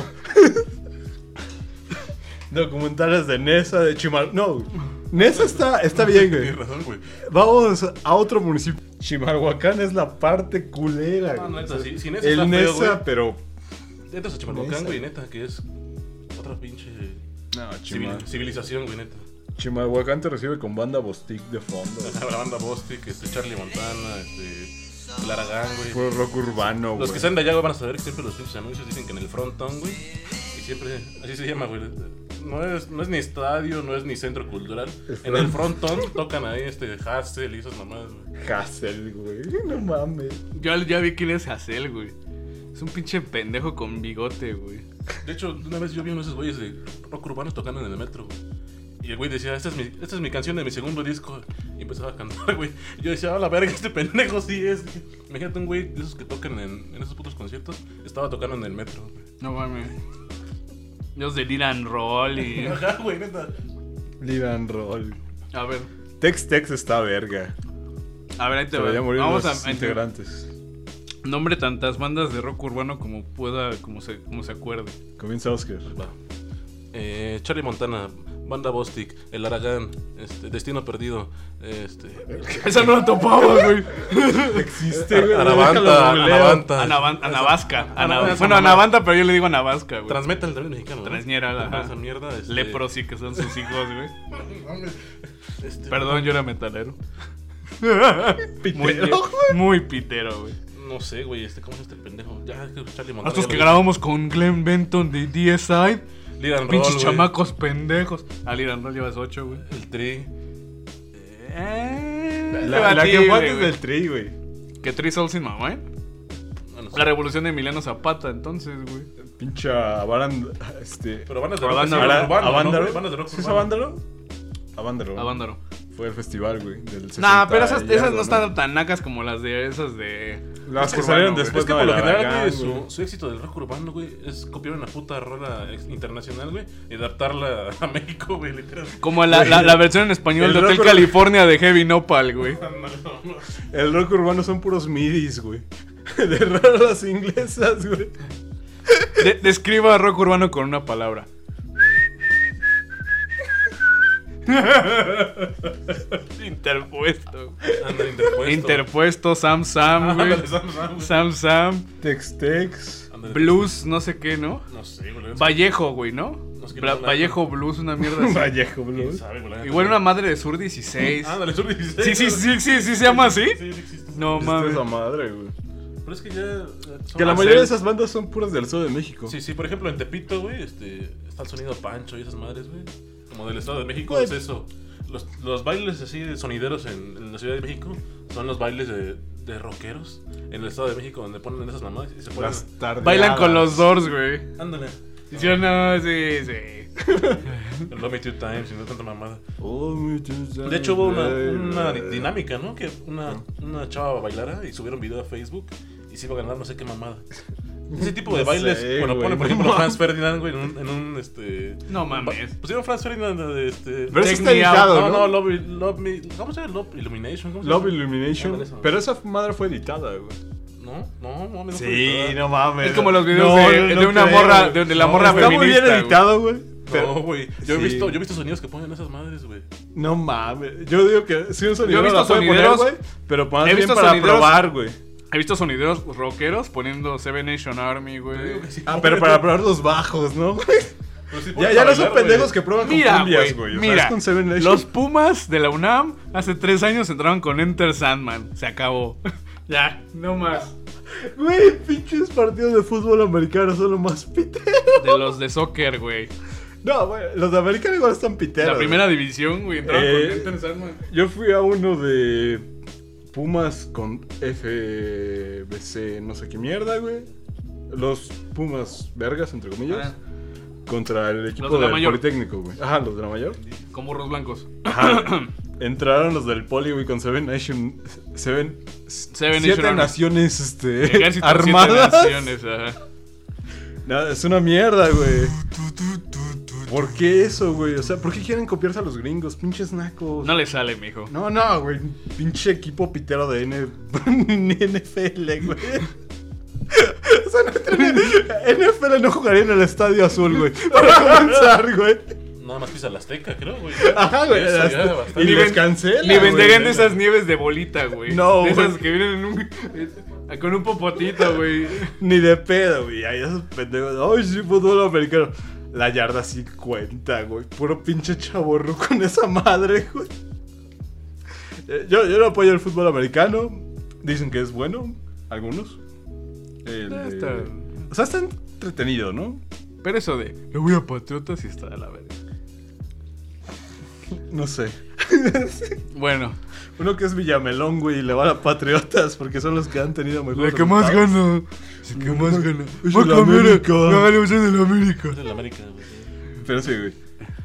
Speaker 2: Documentales de Nesa, de Chimal. No, güey. Nesa está, está bien, güey.
Speaker 4: Tienes razón, güey.
Speaker 2: Vamos a otro municipio. Chimalhuacán es la parte culera.
Speaker 4: No,
Speaker 2: güey.
Speaker 4: neta,
Speaker 2: O sea,
Speaker 4: sí, sin eso está
Speaker 2: Ah, el
Speaker 4: feo,
Speaker 2: Nesa,
Speaker 4: güey.
Speaker 2: pero.
Speaker 4: Entras a
Speaker 2: Nesa.
Speaker 4: Chimalhuacán, güey, neta, que es otra pinche
Speaker 2: No,
Speaker 4: civil- civilización, güey, neta.
Speaker 2: Chimalhuacán te recibe con banda Bostik de fondo. güey.
Speaker 4: La banda Bostic, este, Charlie Montana, este, Clara Gang, güey.
Speaker 2: Puro rock urbano, güey.
Speaker 4: Los que salen de allá güey, van a saber que siempre los pinches anuncios dicen que en el frontón, güey. Y siempre, así se llama, güey. No es, no es ni estadio, no es ni centro cultural. En el frontón tocan ahí este Hassel y esas mamadas, güey.
Speaker 2: Hassel, güey. No mames.
Speaker 3: Yo ya vi quién es Hassel, güey. Es un pinche pendejo con bigote, güey.
Speaker 4: De hecho, una vez yo vi a unos de esos güeyes de rock urbanos tocando en el metro, güey. Y el güey decía, esta es, mi, esta es mi canción de mi segundo disco. Y empezaba a cantar, güey. Yo decía, a la verga, este pendejo sí es. Imagínate un güey de esos que tocan en, en esos putos conciertos. Estaba tocando en el metro, güey.
Speaker 3: No mames. Los de Liran Roll y.
Speaker 4: Ajá, güey, neta.
Speaker 2: Livan Roll.
Speaker 3: A ver,
Speaker 2: Tex Tex está verga.
Speaker 3: a ver, ahí te
Speaker 2: Se vaya a
Speaker 3: va.
Speaker 2: morir
Speaker 3: Vamos
Speaker 2: los
Speaker 3: a. integrar
Speaker 2: integrantes.
Speaker 3: Nombre tantas bandas de rock urbano como pueda, como se, como se acuerde.
Speaker 2: Comienza Oscar.
Speaker 4: Va. Eh, Charlie Montana, Banda Bostic, El Aragán, este, Destino Perdido, este,
Speaker 3: Esa no la topaba, güey.
Speaker 2: Existe, güey.
Speaker 4: Anavanta,
Speaker 2: déjalo, googleo.
Speaker 4: Anavanta,
Speaker 3: Anava- Anavasca. Ana-
Speaker 4: Anavasca,
Speaker 3: bueno,
Speaker 4: mamá.
Speaker 3: Anavanta, pero yo le digo Anavasca, güey.
Speaker 4: Transmetal también mexicano. ¿no?
Speaker 3: Transñera, ajá.
Speaker 4: Esa mierda. Este,
Speaker 3: Lepros y que son sus hijos, güey.
Speaker 4: este,
Speaker 3: Perdón, yo era metalero. Muy,
Speaker 2: Pitero,
Speaker 3: muy pitero, güey.
Speaker 4: No sé, güey, este, ¿cómo es este pendejo? Ya, es que Charlie Montana.
Speaker 3: Ah, Estos que grabamos con Glenn Benton de DSI.
Speaker 4: Liran
Speaker 3: Pinches
Speaker 4: Roll, güey,
Speaker 3: chamacos pendejos. Al Irán Roll llevas 8, güey.
Speaker 4: El Tri.
Speaker 2: Eh, La, la que falta es del tri, güey.
Speaker 3: Eh, Que Three Souls in My Mind.
Speaker 4: Ah, no sé.
Speaker 3: ¿eh? La revolución de Emiliano Zapata, entonces, güey.
Speaker 2: Pincha Abaran. Este.
Speaker 4: Pero bandas de rock
Speaker 3: Avándaro.
Speaker 4: así,
Speaker 2: Ara-
Speaker 4: urbano, ¿no,
Speaker 2: Avándaro.
Speaker 4: güey? Bandas de rock
Speaker 2: ¿Sí es
Speaker 4: urbano.
Speaker 2: Avándaro? Avándaro.
Speaker 3: Avándaro.
Speaker 2: Fue el festival, güey. Del 60
Speaker 3: Nah, pero esas,
Speaker 2: y
Speaker 3: esas
Speaker 2: algo,
Speaker 3: no están tan nacas como las de esas de.
Speaker 2: Las que
Speaker 3: urbano,
Speaker 2: salieron
Speaker 3: güey.
Speaker 2: después
Speaker 4: Es que
Speaker 2: Pues no,
Speaker 4: por lo
Speaker 2: de
Speaker 4: general,
Speaker 2: Aragán,
Speaker 4: güey,
Speaker 2: güey.
Speaker 4: su, su éxito del rock urbano, güey, es copiar una puta rola ex- internacional, güey, y adaptarla a México, güey, literal.
Speaker 3: Como la, la, la versión en español
Speaker 2: El
Speaker 3: de Hotel
Speaker 2: rock-
Speaker 3: California de Heavy Nopal, güey.
Speaker 2: El rock urbano son puros midis, güey. De raras inglesas, güey.
Speaker 3: De- describa rock urbano con una palabra. Interpuesto.
Speaker 4: Anda, interpuesto.
Speaker 3: Interpuesto, Sam Sam, güey.
Speaker 4: Ah, Ándale, Sam Sam, güey.
Speaker 3: Sam Sam.
Speaker 2: Tex Tex.
Speaker 4: Ándale.
Speaker 3: Blues, no sé qué, ¿no?
Speaker 4: No sé, güey.
Speaker 3: Vallejo, güey, ¿no?
Speaker 4: Nos
Speaker 3: Bla-
Speaker 4: quitamos la-
Speaker 3: Vallejo Blues, una mierda así.
Speaker 2: Vallejo
Speaker 4: ¿Quién
Speaker 2: Blues.
Speaker 4: sabe, güey?
Speaker 3: Igual una madre de Sur 16.
Speaker 4: Ándale, sur 16.
Speaker 3: Sí, sí, sí, sí, sí, se llama así.
Speaker 4: Ah, Sí, sí existe.
Speaker 3: No
Speaker 2: Esta es
Speaker 3: mames.
Speaker 2: la madre, güey.
Speaker 4: Pero es que ya. eh, son-
Speaker 2: Que la
Speaker 4: Ah,
Speaker 2: mayoría de
Speaker 4: sí.
Speaker 2: esas bandas son puras del sur de México.
Speaker 4: Sí, sí, por ejemplo, en Tepito, güey, este, está el sonido pancho y esas madres, güey. Como del Estado de México,
Speaker 2: Güey.
Speaker 4: es eso. Los, los bailes así de sonideros en, en la Ciudad de México son los bailes de, de rockeros en el Estado de México, donde ponen esas mamadas y se ponen.
Speaker 2: Las tardeadas.
Speaker 3: Bailan con los Doors, güey.
Speaker 4: Ándale.
Speaker 3: Sí, o no, sí, sí.
Speaker 4: Love Me Two Times y no tanta mamada.
Speaker 2: Oh, mi Dios,
Speaker 4: De hecho hubo una,
Speaker 2: ay, Ah.
Speaker 4: una
Speaker 2: ay.
Speaker 4: dinámica, ¿no? Que una, una chava bailara y subieron video a Facebook y se iba a ganar no sé qué mamada. Ese tipo
Speaker 2: No
Speaker 4: de bailes,
Speaker 2: sé,
Speaker 4: bueno,
Speaker 2: güey.
Speaker 4: pone por ejemplo Franz Ferdinand, güey, en un, en un este.
Speaker 3: No
Speaker 4: Pues
Speaker 3: mames.
Speaker 4: Pusieron Franz Ferdinand de este.
Speaker 2: Pero eso está
Speaker 3: Take me out.
Speaker 2: editado,
Speaker 4: no,
Speaker 2: ¿no?
Speaker 4: no, Love, I- Love Me. ¿Cómo se llama? Love Illumination. ¿cómo se
Speaker 2: Love
Speaker 4: llama?
Speaker 2: Illumination.
Speaker 4: Ándale, eso.
Speaker 2: Pero esa madre fue editada, güey.
Speaker 4: No, no, mami, no
Speaker 2: Sí,
Speaker 4: fue editada.
Speaker 2: no mames.
Speaker 3: Es como los videos de- de una morra- de- de la morra
Speaker 2: está Está muy
Speaker 3: feminista,
Speaker 2: bien editado, güey. Pero-
Speaker 4: No, güey. Yo, he
Speaker 2: Sí.
Speaker 4: visto, yo he visto sonidos que ponen esas madres, güey.
Speaker 2: No mames. Yo digo que sí un
Speaker 3: Yo he
Speaker 2: sonidero
Speaker 3: visto
Speaker 2: la puede poner,
Speaker 3: sonideros-
Speaker 2: güey. Pero más
Speaker 3: he
Speaker 2: bien
Speaker 3: visto
Speaker 2: para
Speaker 3: sonideros-
Speaker 2: probar, güey.
Speaker 3: He visto sonideros rockeros poniendo Seven Nation Army, güey.
Speaker 2: Ah, pero para probar los bajos, ¿no?
Speaker 4: Pero sí
Speaker 2: ya ya
Speaker 4: ponen
Speaker 2: no
Speaker 4: bailar,
Speaker 2: son
Speaker 4: güey.
Speaker 2: pendejos que prueban con
Speaker 3: Mira,
Speaker 2: cumbias, güey.
Speaker 3: güey,
Speaker 2: O sea, es
Speaker 3: mira,
Speaker 2: con Seven Nation.
Speaker 3: los Pumas de la UNAM hace tres años entraron con Enter Sandman. Se acabó. ya, no más.
Speaker 2: Güey, pinches partidos de fútbol americano son lo más piteros.
Speaker 3: De los de soccer, güey.
Speaker 2: No, güey, los de americano igual están piteros.
Speaker 3: La primera división, güey, entraron
Speaker 2: Eh,
Speaker 3: con Enter Sandman.
Speaker 2: Yo fui a uno de Pumas con FBC, no sé qué mierda, güey. Los Pumas vergas, entre comillas.
Speaker 3: Ah.
Speaker 2: Contra el equipo
Speaker 3: Los de la
Speaker 2: del
Speaker 3: mayor.
Speaker 2: Politécnico, güey. Ajá, los de la mayor.
Speaker 3: Con burros blancos.
Speaker 2: Ajá, güey. Entraron los del Poli, güey, con Seven Nation. Seven. siete
Speaker 3: Seven Nation Army.
Speaker 2: naciones, este.
Speaker 3: Ejército de siete
Speaker 2: armadas.
Speaker 3: naciones, ajá.
Speaker 2: Nada, es una mierda, güey. ¿Por qué eso, güey? O sea, ¿por qué quieren copiarse a los gringos? Pinches nacos.
Speaker 3: No le sale, mijo.
Speaker 2: No, no, güey. Pinche equipo pitero de N... NFL, güey. O sea, no tiene... NFL no jugaría en el Estadio Azul, güey. Para comenzar, güey.
Speaker 4: Nada más pisa la Azteca, creo, güey.
Speaker 2: Ajá, güey.
Speaker 4: Eso
Speaker 2: las-
Speaker 4: ya,
Speaker 2: Y
Speaker 4: bastante.
Speaker 3: Ni
Speaker 2: les
Speaker 3: ven-
Speaker 2: cancela,
Speaker 3: Ni
Speaker 2: güey.
Speaker 3: venderían de esas nieves de bolita, güey.
Speaker 2: No,
Speaker 3: De esas
Speaker 2: güey.
Speaker 3: que vienen en un. Con un popotito, güey.
Speaker 2: Ni de pedo, güey. Ahí esos pendejos. Ay, sí, fútbol americano. La yarda 50, güey. Puro pinche chaborro con esa madre, güey. Eh, Yo, yo no apoyo el fútbol americano. Dicen que es bueno, algunos. El
Speaker 3: Eh,
Speaker 2: de-
Speaker 3: está-
Speaker 2: O sea, está entretenido, ¿no?
Speaker 3: Pero eso de. Le voy a Patriotas y está de la verga.
Speaker 2: No sé.
Speaker 3: Bueno,
Speaker 2: Uno que es Villamelón, güey, y le va a Patriotas porque son los que han tenido mejor.
Speaker 3: la que más
Speaker 2: resultados.
Speaker 3: gana. La que más gana.
Speaker 2: Es
Speaker 3: Va a
Speaker 2: el
Speaker 3: cambiar a-
Speaker 2: América.
Speaker 3: la ganación del América.
Speaker 4: Es de la América, güey.
Speaker 2: Pero sí, güey.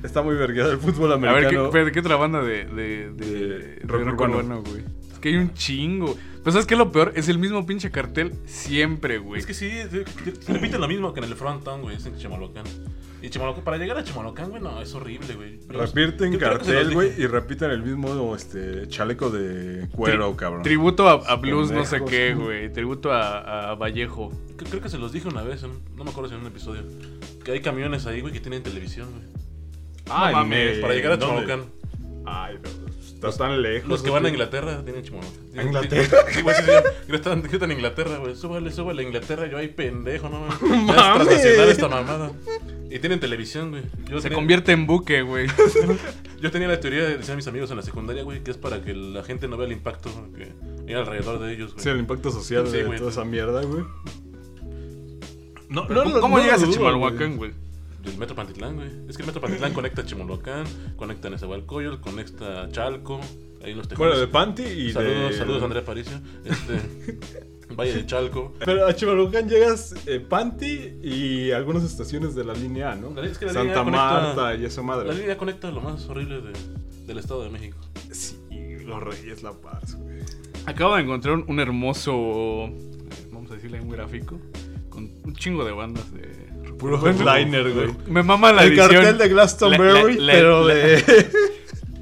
Speaker 2: Está muy vergueado el fútbol
Speaker 3: A ver, ¿qué,
Speaker 2: americano.
Speaker 3: espérate, ¿qué otra banda de, de, de,
Speaker 2: De
Speaker 3: de
Speaker 2: rock
Speaker 3: rock
Speaker 2: urbano.
Speaker 3: urbano, güey? Es que hay un chingo. Pero ¿sabes qué es lo peor? Es el mismo pinche cartel siempre, güey.
Speaker 4: Es que sí, sí, sí, repiten lo mismo que en el frontón, güey, es en Chimalhuacán. Y Chimalhuacán, para llegar a Chimalhuacán, güey, no, es horrible, güey. Pero-
Speaker 2: Repiten
Speaker 4: yo creo que se los
Speaker 2: cartel, güey,
Speaker 4: dije.
Speaker 2: y repiten el mismo este, chaleco de cuero,
Speaker 3: Tri-
Speaker 2: cabrón.
Speaker 3: Tributo a, a blues,
Speaker 2: Pendejos,
Speaker 3: no sé qué,
Speaker 2: ¿no?
Speaker 3: güey. Tributo a, a Vallejo.
Speaker 4: Creo- Creo que se los dije una vez, en- no me acuerdo si en un episodio. Que hay camiones ahí, güey, que tienen televisión, güey.
Speaker 2: Ay,
Speaker 3: No mames,
Speaker 2: me-
Speaker 4: Para llegar a
Speaker 2: ¿dónde?
Speaker 4: Chimalhuacán.
Speaker 2: Ay, pero estás tan lejos.
Speaker 4: Los que van a
Speaker 2: güey.
Speaker 4: Inglaterra tienen Chimalhuacán.
Speaker 2: ¿A Inglaterra?
Speaker 4: Sí, güey, sí, sí. Gritan, gritan Inglaterra, güey. Súbale, súbale a Inglaterra. Yo ahí pendejo, no mames. Ya
Speaker 2: Mames.
Speaker 4: Es transnacional esta mamada. Y tienen televisión, güey. Yo
Speaker 3: Se
Speaker 4: tenía-
Speaker 3: convierte en buque, güey.
Speaker 4: Yo tenía la teoría, decían mis amigos en la secundaria, güey, que es para que la gente no vea el impacto que hay alrededor de ellos, güey.
Speaker 2: Sí, el impacto social
Speaker 4: Sí,
Speaker 2: de
Speaker 4: güey.
Speaker 2: toda esa mierda, güey. No,
Speaker 3: Pero ¿Cómo, cómo llegas a
Speaker 2: Chimalhuacán,
Speaker 3: Chimalhuacán, güey?
Speaker 4: Del Metro Pantitlán, güey. Es que el Metro Pantitlán conecta a Chimolocán, conecta a Nezahualcóyotl, conecta a Chalco, ahí los tejones.
Speaker 2: Bueno, de Panti y
Speaker 4: saludos,
Speaker 2: de...
Speaker 4: saludos Andrea Paricio. Este, Valle de Chalco.
Speaker 2: Pero a Chimalhuacán llegas eh, Panti y algunas estaciones de la línea A, ¿no?
Speaker 4: La- es que la
Speaker 2: Santa
Speaker 4: línea
Speaker 2: Marta
Speaker 4: conecta-
Speaker 2: y esa
Speaker 4: La
Speaker 2: madre.
Speaker 4: línea conecta lo más horrible de- del Estado de México.
Speaker 2: Sí, los Reyes La Paz, güey.
Speaker 3: Acabo de encontrar un, un hermoso. eh, Vamos a decirle un gráfico. Con un chingo de bandas de.
Speaker 2: Puro headliner, güey.
Speaker 3: Me mama la
Speaker 2: el
Speaker 3: edición.
Speaker 2: cartel de Glastonbury,
Speaker 3: La- la- la-
Speaker 2: pero
Speaker 3: la-
Speaker 2: de...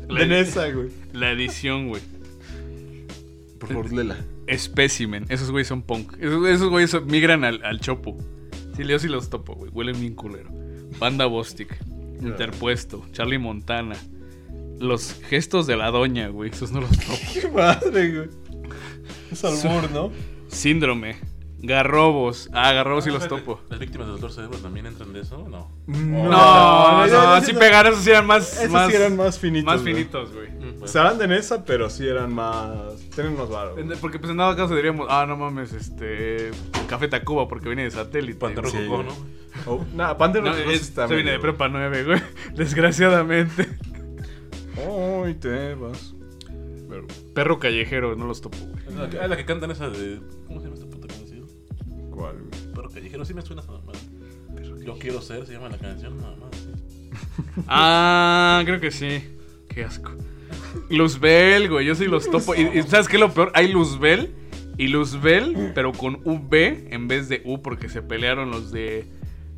Speaker 3: la-
Speaker 2: de Nesa, güey.
Speaker 3: La edición, güey.
Speaker 2: Por favor, Lela.
Speaker 3: Espécimen. Esos güeyes son punk. Esos, esos güeyes son- migran al, al chopo. Sí, yo sí los topo, güey. Huelen bien culero. Banda Bostic. Interpuesto. Charlie Montana. Los gestos de la doña, güey. Esos no los topo.
Speaker 2: Qué madre, güey. Es albur, ¿no?
Speaker 3: Síndrome. Garrobos. Ah, garrobos sí los topo.
Speaker 4: Las víctimas del 12 de Ebro también entran de eso, no.
Speaker 2: No,
Speaker 3: No,
Speaker 2: no,
Speaker 3: no,
Speaker 2: no,
Speaker 3: sí
Speaker 2: esos-
Speaker 3: pegaron, esos sí eran más.
Speaker 2: Esos
Speaker 3: más
Speaker 2: sí eran más finitos.
Speaker 3: más
Speaker 2: güey.
Speaker 3: finitos, güey.
Speaker 4: Mm, bueno.
Speaker 2: Serán de Nesa, pero sí eran más. Tienen más varo. güey.
Speaker 3: En- Porque pues en dado caso diríamos, ah, no mames, este. Café Tacuba porque viene de satélite.
Speaker 4: Pantero
Speaker 2: Sí.
Speaker 4: Cocó, ¿no?
Speaker 2: Oh, nada, Panther
Speaker 3: No, es- se viene de prepa 9, güey. Desgraciadamente.
Speaker 2: Ay, te vas. Pero-
Speaker 3: Perro callejero, no los topo, güey.
Speaker 4: Es la, que- es la que cantan esa de. ¿Cómo se llama esta puta canción?
Speaker 2: ¿Cuál, güey?
Speaker 4: Pero callejero, sí me suena esa mamada. Yo quiero ser, se llama la canción, nada más. sí.
Speaker 3: Ah, creo que sí. Qué asco. Luzbel, güey, yo sí los topo. Y, y ¿sabes qué es lo peor? Hay Luzbel y Luzbel, pero con V en vez de U porque se pelearon los de...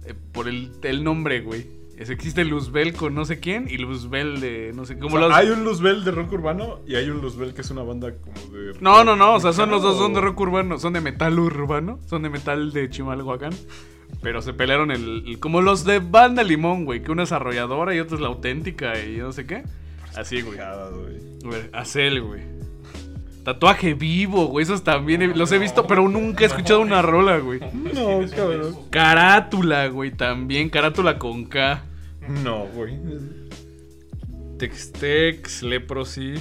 Speaker 3: eh, por el, el nombre, güey. Es- existe Luzbel con no sé quién y Luzbel de no sé cómo
Speaker 2: O sea,
Speaker 3: los-
Speaker 2: Hay un Luzbel de rock urbano y hay un Luzbel que es una banda como de.
Speaker 3: No, no, no, o sea, son los dos,
Speaker 2: ¿O-
Speaker 3: son de rock urbano, son de metal urbano, son de metal de Chimalhuacán. Pero se pelearon el, el- como los de Banda Limón, güey, que una es arrolladora y otra es la auténtica y yo no sé qué. Así, güey.
Speaker 2: Cagadas, güey.
Speaker 3: Güey, Acel, güey. Tatuaje vivo, güey, esos también he- los he visto, pero nunca he escuchado una rola, güey.
Speaker 2: No, cabrón.
Speaker 3: Carátula, güey, también, carátula con K.
Speaker 2: No, güey.
Speaker 3: Textex, Leprosy,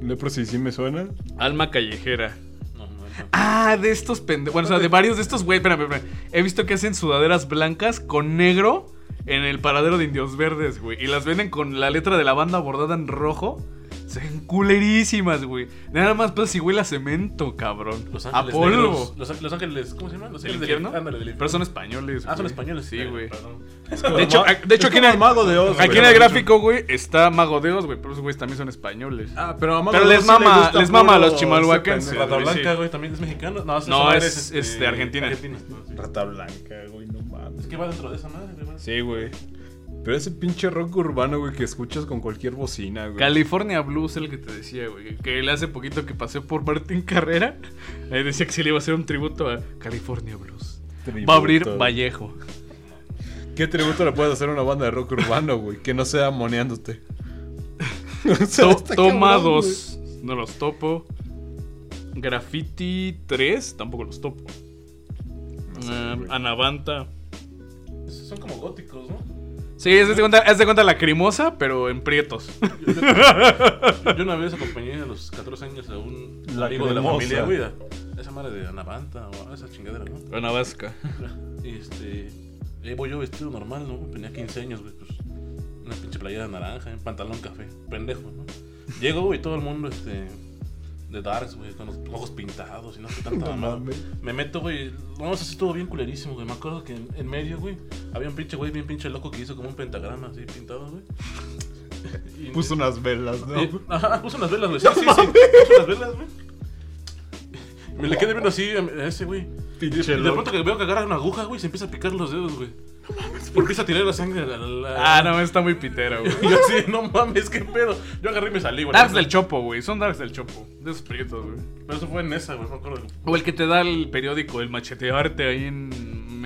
Speaker 2: Leprosy sí me suena.
Speaker 3: Alma Callejera.
Speaker 4: No, no, no.
Speaker 3: Ah, de estos pendejos. Bueno, o sea, de varios de estos, güey. Espérame, espérame. He visto que hacen sudaderas blancas con negro en el paradero de indios verdes, güey. Y las venden con la letra de la banda bordada en rojo. Se ven culerísimas, güey. Nada más, pues, si huele a cemento, cabrón.
Speaker 4: Los
Speaker 3: a
Speaker 4: Ángeles
Speaker 3: polvo.
Speaker 4: Negros, Los, Los Ángeles, ¿cómo se llama? Los
Speaker 3: ¿El
Speaker 4: Ángeles
Speaker 3: infierno?
Speaker 4: Ándale, del
Speaker 3: Pero son
Speaker 4: infierno.
Speaker 3: españoles.
Speaker 4: Ah, son
Speaker 3: güey.
Speaker 4: españoles.
Speaker 3: Sí,
Speaker 4: Claro,
Speaker 3: güey.
Speaker 4: perdón.
Speaker 3: De hecho, a- de hecho
Speaker 2: Es
Speaker 3: aquí en
Speaker 2: como
Speaker 3: el,
Speaker 2: Mago de Oz,
Speaker 3: aquí
Speaker 2: güey.
Speaker 3: en el gráfico, güey, está Mago de Oz, güey. Pero esos güeyes también son españoles.
Speaker 2: Ah, pero a Mago
Speaker 3: Pero
Speaker 2: de
Speaker 3: les
Speaker 2: Oz sí
Speaker 3: mama-
Speaker 2: le gusta
Speaker 3: les mama a los
Speaker 2: puro
Speaker 3: chimalhuacenses,
Speaker 2: ese
Speaker 4: Rata
Speaker 2: pendejo.
Speaker 3: güey, sí.
Speaker 4: Blanca, güey, también es mexicano. No, este, esa
Speaker 3: No,
Speaker 4: madre
Speaker 3: es- es de Argentina.
Speaker 4: no, sí.
Speaker 2: Rata blanca, güey, no mames.
Speaker 4: Es que va dentro de esa madre, güey.
Speaker 2: Sí, güey. Pero ese pinche rock urbano, güey, que escuchas con cualquier bocina, güey.
Speaker 3: California Blues, el que te decía, güey. Que él hace poquito que pasé por Martín Carrera. Ahí decía que se le iba a hacer un tributo a California Blues.
Speaker 2: Tributo.
Speaker 3: Va a abrir Vallejo.
Speaker 2: ¿Qué tributo le puedes hacer a una banda de rock urbano, güey? Que no sea moneándote. O sea,
Speaker 3: To-
Speaker 2: está
Speaker 3: toma
Speaker 2: cabrón,
Speaker 3: dos. No los topo. Graffiti 3, tampoco los topo.
Speaker 2: güey. No sé,
Speaker 3: Ah,
Speaker 2: güey.
Speaker 3: Anavanta.
Speaker 4: Son como góticos, ¿no?
Speaker 3: Sí, es de cuenta, es de cuenta lacrimosa, pero en prietos.
Speaker 4: Yo, yo- yo una vez acompañé a los 14 años a un
Speaker 2: La
Speaker 4: amigo de la
Speaker 2: cremosa.
Speaker 4: familia, güey. a- a Esa madre de Anavanta o a esa chingadera, ¿no?
Speaker 3: Anavasca.
Speaker 4: Y este. Ahí voy yo vestido normal, ¿no? Tenía 15 años, güey. Pues, una pinche playera naranja, un pantalón café. Pendejo, ¿no? Llego, güey, todo el mundo, este. De Darks, güey, con los ojos pintados y no sé tanta
Speaker 2: No
Speaker 4: mamada.
Speaker 2: mames.
Speaker 4: Me meto, güey. No sé si estuvo bien culerísimo, güey. Me acuerdo que en, en medio, güey, había un pinche güey bien pinche loco que hizo como un pentagrama así pintado, güey. Y-
Speaker 2: Puso unas velas, ¿no?
Speaker 4: eh, ajá, puso unas velas, güey. Sí, sí, sí, puso unas velas, güey. Me le quedé viendo así a a ese, güey. Y de,
Speaker 2: Pinche
Speaker 4: y de
Speaker 2: loco.
Speaker 4: pronto que veo que agarra una aguja, güey, y se empieza a picar los dedos, güey. Porque empieza a tirar la sangre a la. la-
Speaker 3: Ah, no, está muy pitero, güey.
Speaker 4: Y yo así, no mames, qué pedo. Yo agarré y me salí, güey.
Speaker 3: Darks del Chopo, güey. Son Darks del Chopo. De esos prietos, güey.
Speaker 4: Pero eso fue en esa, güey, no me acuerdo.
Speaker 3: O el que te da el periódico, el machetearte ahí en,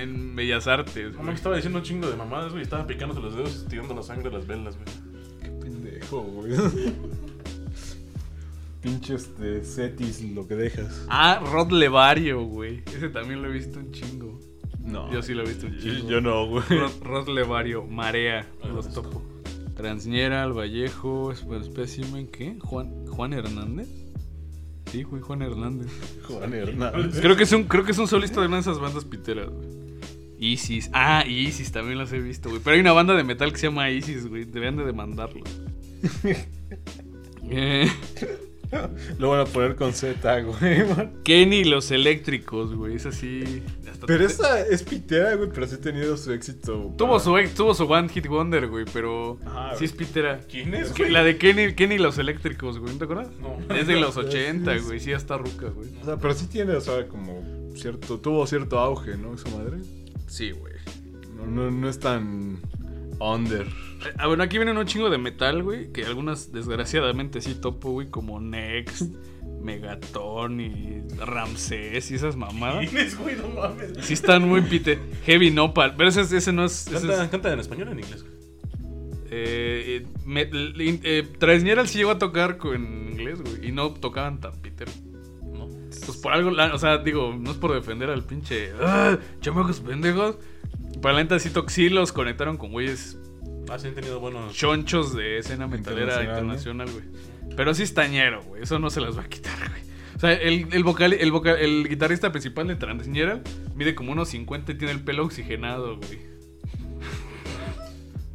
Speaker 3: en Bellas Artes.
Speaker 4: Mamá
Speaker 3: güey.
Speaker 4: que estaba diciendo un chingo de mamadas, güey. y Estaba picándose los dedos y tirando la sangre a las velas, güey.
Speaker 2: Qué pendejo, güey. Pinche este setis lo que dejas.
Speaker 3: Ah, Rod Levario, güey. Ese también lo he visto un chingo.
Speaker 2: No.
Speaker 3: Yo sí lo he visto un
Speaker 2: Yo,
Speaker 3: chingo.
Speaker 2: yo no, güey.
Speaker 3: Rod, Rod Levario, Marea, los topo. Transniera, El Vallejo, Espécimen, ¿qué? Juan, Juan Hernández. Sí, güey, Juan Hernández.
Speaker 2: Juan Hernández.
Speaker 3: Creo que es un, creo que es un solista de una de esas bandas piteras, güey. Isis. Ah, Isis también las he visto, güey. Pero hay una banda de metal que se llama Isis, güey. Deberían de demandarlos. Eh,
Speaker 2: Lo van a poner con Z, güey. man.
Speaker 3: Kenny y los eléctricos, güey. Es así. hasta-
Speaker 2: Pero esa es pitera, güey, pero sí ha tenido su éxito.
Speaker 3: Tuvo
Speaker 2: para-
Speaker 3: su, ex- tuvo su One Hit Wonder, güey, pero
Speaker 2: Ajá,
Speaker 3: sí
Speaker 2: Ah, güey.
Speaker 3: es pitera.
Speaker 4: ¿Quién es,
Speaker 3: Que-
Speaker 4: güey?
Speaker 3: La de Kenny, Kenny y los eléctricos, güey, ¿no te acuerdas?
Speaker 4: No.
Speaker 3: Es de los
Speaker 2: Sí,
Speaker 3: 80,
Speaker 2: sí, sí.
Speaker 3: güey, sí, hasta ruca, güey.
Speaker 2: O sea, pero sí tiene, o sea, como cierto. Tuvo cierto auge, ¿no? Esa madre.
Speaker 3: Sí, güey.
Speaker 2: No, no, no es tan. Under.
Speaker 3: Ah, bueno, aquí vienen un chingo de metal, güey, que algunas desgraciadamente sí topo, güey, como Next, Megaton y Ramsés y esas mamadas.
Speaker 4: ¿Quién es, güey? No mames.
Speaker 3: Sí están muy pite. Heavy Nopal, pero ese, es- ese no es... ese es-
Speaker 4: Canta, canta en español o en inglés, güey.
Speaker 3: eh, eh, me- in- eh, Trasnieral sí llegó a tocar con en inglés, güey, y no tocaban tan pitero.
Speaker 4: No.
Speaker 3: Pues por algo, la- o sea, digo, no es por defender al pinche. ¡Ah! Chamacos pendejos. Para la neta, sí, to- sí los conectaron con güeyes
Speaker 4: Ah, sí, han tenido buenos.
Speaker 3: chonchos de escena metalera internacional,
Speaker 2: Internacional,
Speaker 3: güey. Pero sí es tañero, güey. Eso no se las va a quitar, güey. O sea, el, el, vocal, el, vocal, el guitarrista principal de Transgeneral mide como unos 50 y tiene el pelo oxigenado, güey.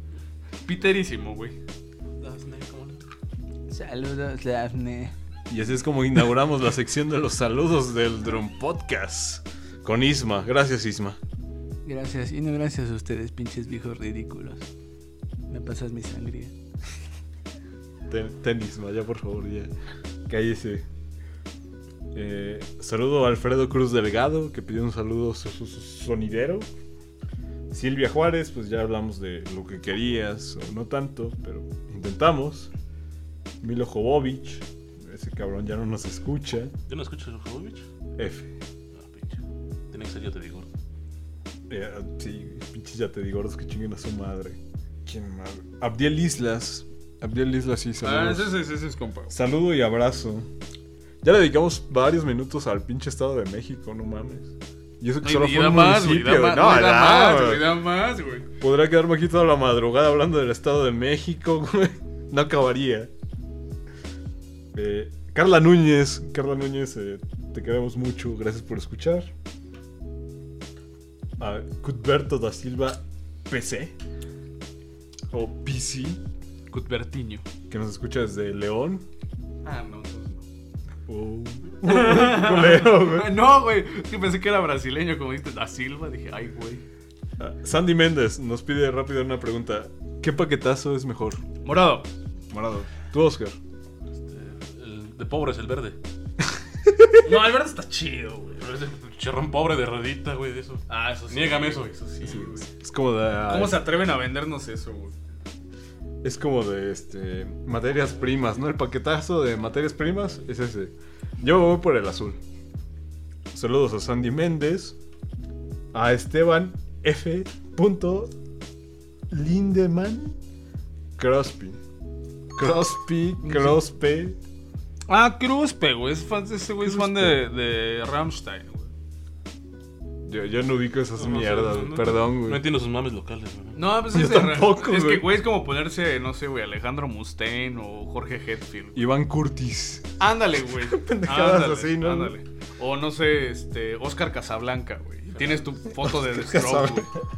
Speaker 3: Piterísimo, güey.
Speaker 5: Saludos, Daphne.
Speaker 2: Y así es como inauguramos la sección de los saludos del Drum Podcast. Con Isma. Gracias, Isma.
Speaker 5: Gracias, y no gracias a ustedes, pinches viejos ridículos. Me pasas mi sangría.
Speaker 2: Ten, ten, Isma, ya por favor, ya. Cállese. Eh, saludo a Alfredo Cruz Delgado, que pidió un saludo su- su- su- sonidero. Silvia Juárez, pues ya hablamos de lo que querías, o no tanto, pero intentamos. Milo Jovovich, ese cabrón ya no nos escucha.
Speaker 4: Yo no escucho el juego, bicho.
Speaker 2: F.
Speaker 4: Ah, pinche. Tiene que ser yo, te digo.
Speaker 2: Eh, sí, pinches ya te digo, gordos que chinguen a su madre. ¿Quién más? Abdiel Islas. Abdiel Islas, sí, saludos.
Speaker 3: Ah, ese, ese, ese es compa.
Speaker 2: Saludo y abrazo. Ya le dedicamos varios minutos al pinche Estado de México, no mames. Y eso que
Speaker 3: Ay,
Speaker 2: solo
Speaker 3: y
Speaker 2: fue
Speaker 3: da
Speaker 2: un
Speaker 3: más, güey.
Speaker 2: municipio.
Speaker 3: Da más,
Speaker 2: güey. No, nada,
Speaker 3: güey, da más,
Speaker 2: güey.
Speaker 3: güey. Da más, güey.
Speaker 2: Podría quedarme aquí toda la madrugada hablando del Estado de México, güey. No acabaría. Eh, Carla Núñez. Carla Núñez, eh, te queremos mucho. Gracias por escuchar. A Cutberto da Silva PC. O PC.
Speaker 3: Cutbertiño.
Speaker 2: Que nos escucha desde León.
Speaker 3: Ah, no, entonces
Speaker 2: Oh. Culero, güey.
Speaker 3: no. Ah, No, güey. Es que pensé que era brasileño, como dijiste, da Silva. Dije, ay, güey.
Speaker 2: Ah, Sandy Méndez nos pide rápido una pregunta. ¿Qué paquetazo es mejor?
Speaker 3: Morado.
Speaker 2: Morado. Tú, Oscar.
Speaker 4: Este, el de pobres, el verde. no, el verde está chido, güey. Es el chirrón pobre de redita, güey, de eso.
Speaker 3: Ah, eso sí.
Speaker 4: Niégame eso.
Speaker 3: Eso sí, güey.
Speaker 2: Es como de.
Speaker 3: ¿Cómo se atreven a vendernos eso, güey?
Speaker 2: Es como de este. Materias primas, ¿no? El paquetazo de materias primas es ese. Yo voy por el azul. Saludos a Sandy Méndez. A Esteban F. Lindemann Crosby. Crosby, Crosby.
Speaker 3: Ah, Cruzpe, güey. Es fan- Ese güey es fan de, de Rammstein, güey.
Speaker 2: Yo, yo no ubico esas
Speaker 4: No sé,
Speaker 2: mierdas,
Speaker 4: no- no-
Speaker 2: perdón, güey.
Speaker 4: No entiendo sus mames locales, güey.
Speaker 3: No, pues
Speaker 2: Yo
Speaker 3: es de Ra-
Speaker 2: tampoco,
Speaker 3: Es
Speaker 2: güey.
Speaker 3: que, güey, es como ponerse, no sé, güey, Alejandro Mustaine o Jorge Hetfield.
Speaker 2: Iván Curtis.
Speaker 3: Ándale, güey.
Speaker 2: Pendejadas
Speaker 3: Ándale,
Speaker 2: así, ¿no?
Speaker 3: Ándale. O no sé, este, Oscar Casablanca, güey. Tienes tu foto de The Stroke,
Speaker 2: Casablanca.
Speaker 3: güey.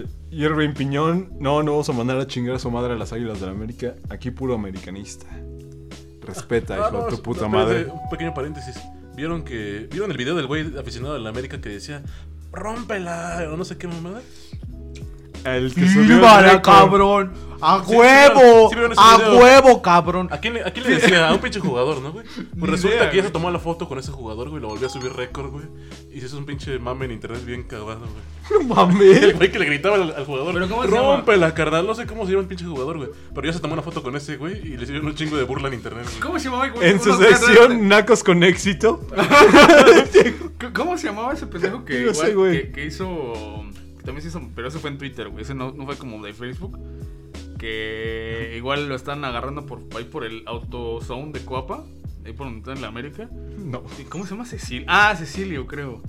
Speaker 2: Eh, Irving Piñón, no, no vamos a mandar a chingar a su madre a las Águilas de la América. Aquí puro americanista. Respeta,
Speaker 4: Ah,
Speaker 2: hijo
Speaker 4: no,
Speaker 2: de tu puta
Speaker 4: espérate,
Speaker 2: madre.
Speaker 4: Un pequeño paréntesis. ¿Vieron que vieron el video del güey aficionado de la América que decía, "Rómpela" o no sé qué mamada?
Speaker 2: El que subió el
Speaker 5: ¡Vívale,
Speaker 2: récord.
Speaker 5: cabrón! ¡A
Speaker 4: Sí, sí
Speaker 5: huevo!
Speaker 4: vieron- sí vieron ese
Speaker 5: ¡A
Speaker 4: video.
Speaker 5: huevo, cabrón!
Speaker 4: ¿A quién, le- ¿A quién le decía? A un pinche jugador, ¿no, güey?
Speaker 3: Ni
Speaker 4: Pues resulta
Speaker 3: idea,
Speaker 4: que ya se
Speaker 3: güey.
Speaker 4: tomó la foto con ese jugador, güey. Lo volvió a subir récord, güey. Y se hizo un pinche mame en internet bien cagado, güey.
Speaker 2: No
Speaker 4: El
Speaker 2: mames.
Speaker 4: güey que le gritaba al, al jugador.
Speaker 3: ¿Pero cómo se llama?
Speaker 4: Rómpela, carnal. No sé cómo se llama el pinche jugador, güey. Pero ya se tomó una foto con ese, güey. Y le hicieron un chingo de burla en internet, güey.
Speaker 3: ¿Cómo se llamaba, güey?
Speaker 2: En su
Speaker 3: Uno que era-
Speaker 2: sección, Nacos con éxito.
Speaker 3: C- ¿Cómo se llamaba ese pendejo que,
Speaker 2: No
Speaker 3: igual-
Speaker 2: sé, güey.
Speaker 3: que, que hizo. que también se hizo. Pero ese fue en Twitter, güey. Ese no, no fue como de Facebook. Que igual lo están agarrando por ahí por el autosound de Coapa. Ahí por donde está en la América.
Speaker 2: No.
Speaker 3: Sí, ¿Cómo se llama Cecilio? Ah, Cecilio, creo.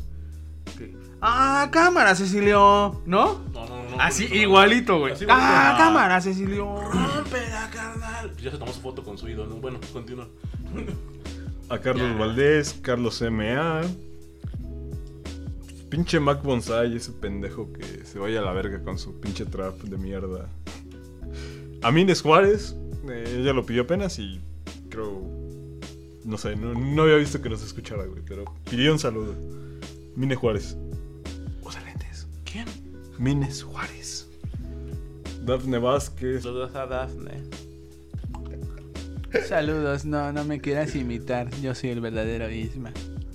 Speaker 3: Sí. Ah, cámara, Cecilio. ¿No?
Speaker 4: No, no, no.
Speaker 3: Así,
Speaker 4: no, no.
Speaker 3: igualito, güey.
Speaker 4: Así,
Speaker 3: Ah,
Speaker 4: igualito.
Speaker 3: cámara, Cecilio.
Speaker 4: Rómpela, carnal. Ya se tomó su foto con su ídolo. Bueno, continúa.
Speaker 2: A Carlos Valdés, Carlos MA. Pinche Mac Bonsai, ese pendejo que se vaya a la verga con su pinche trap de mierda. Amines Juárez, eh, ella lo pidió apenas y creo. No sé, no, no había visto que nos escuchara, güey, pero pidió un saludo. Mines Juárez. Usa lentes.
Speaker 4: ¿Quién?
Speaker 2: Mines Juárez. Dafne Vázquez.
Speaker 4: Saludos a Dafne.
Speaker 5: Saludos, no, no me quieras imitar. Yo soy el verdadero Isma.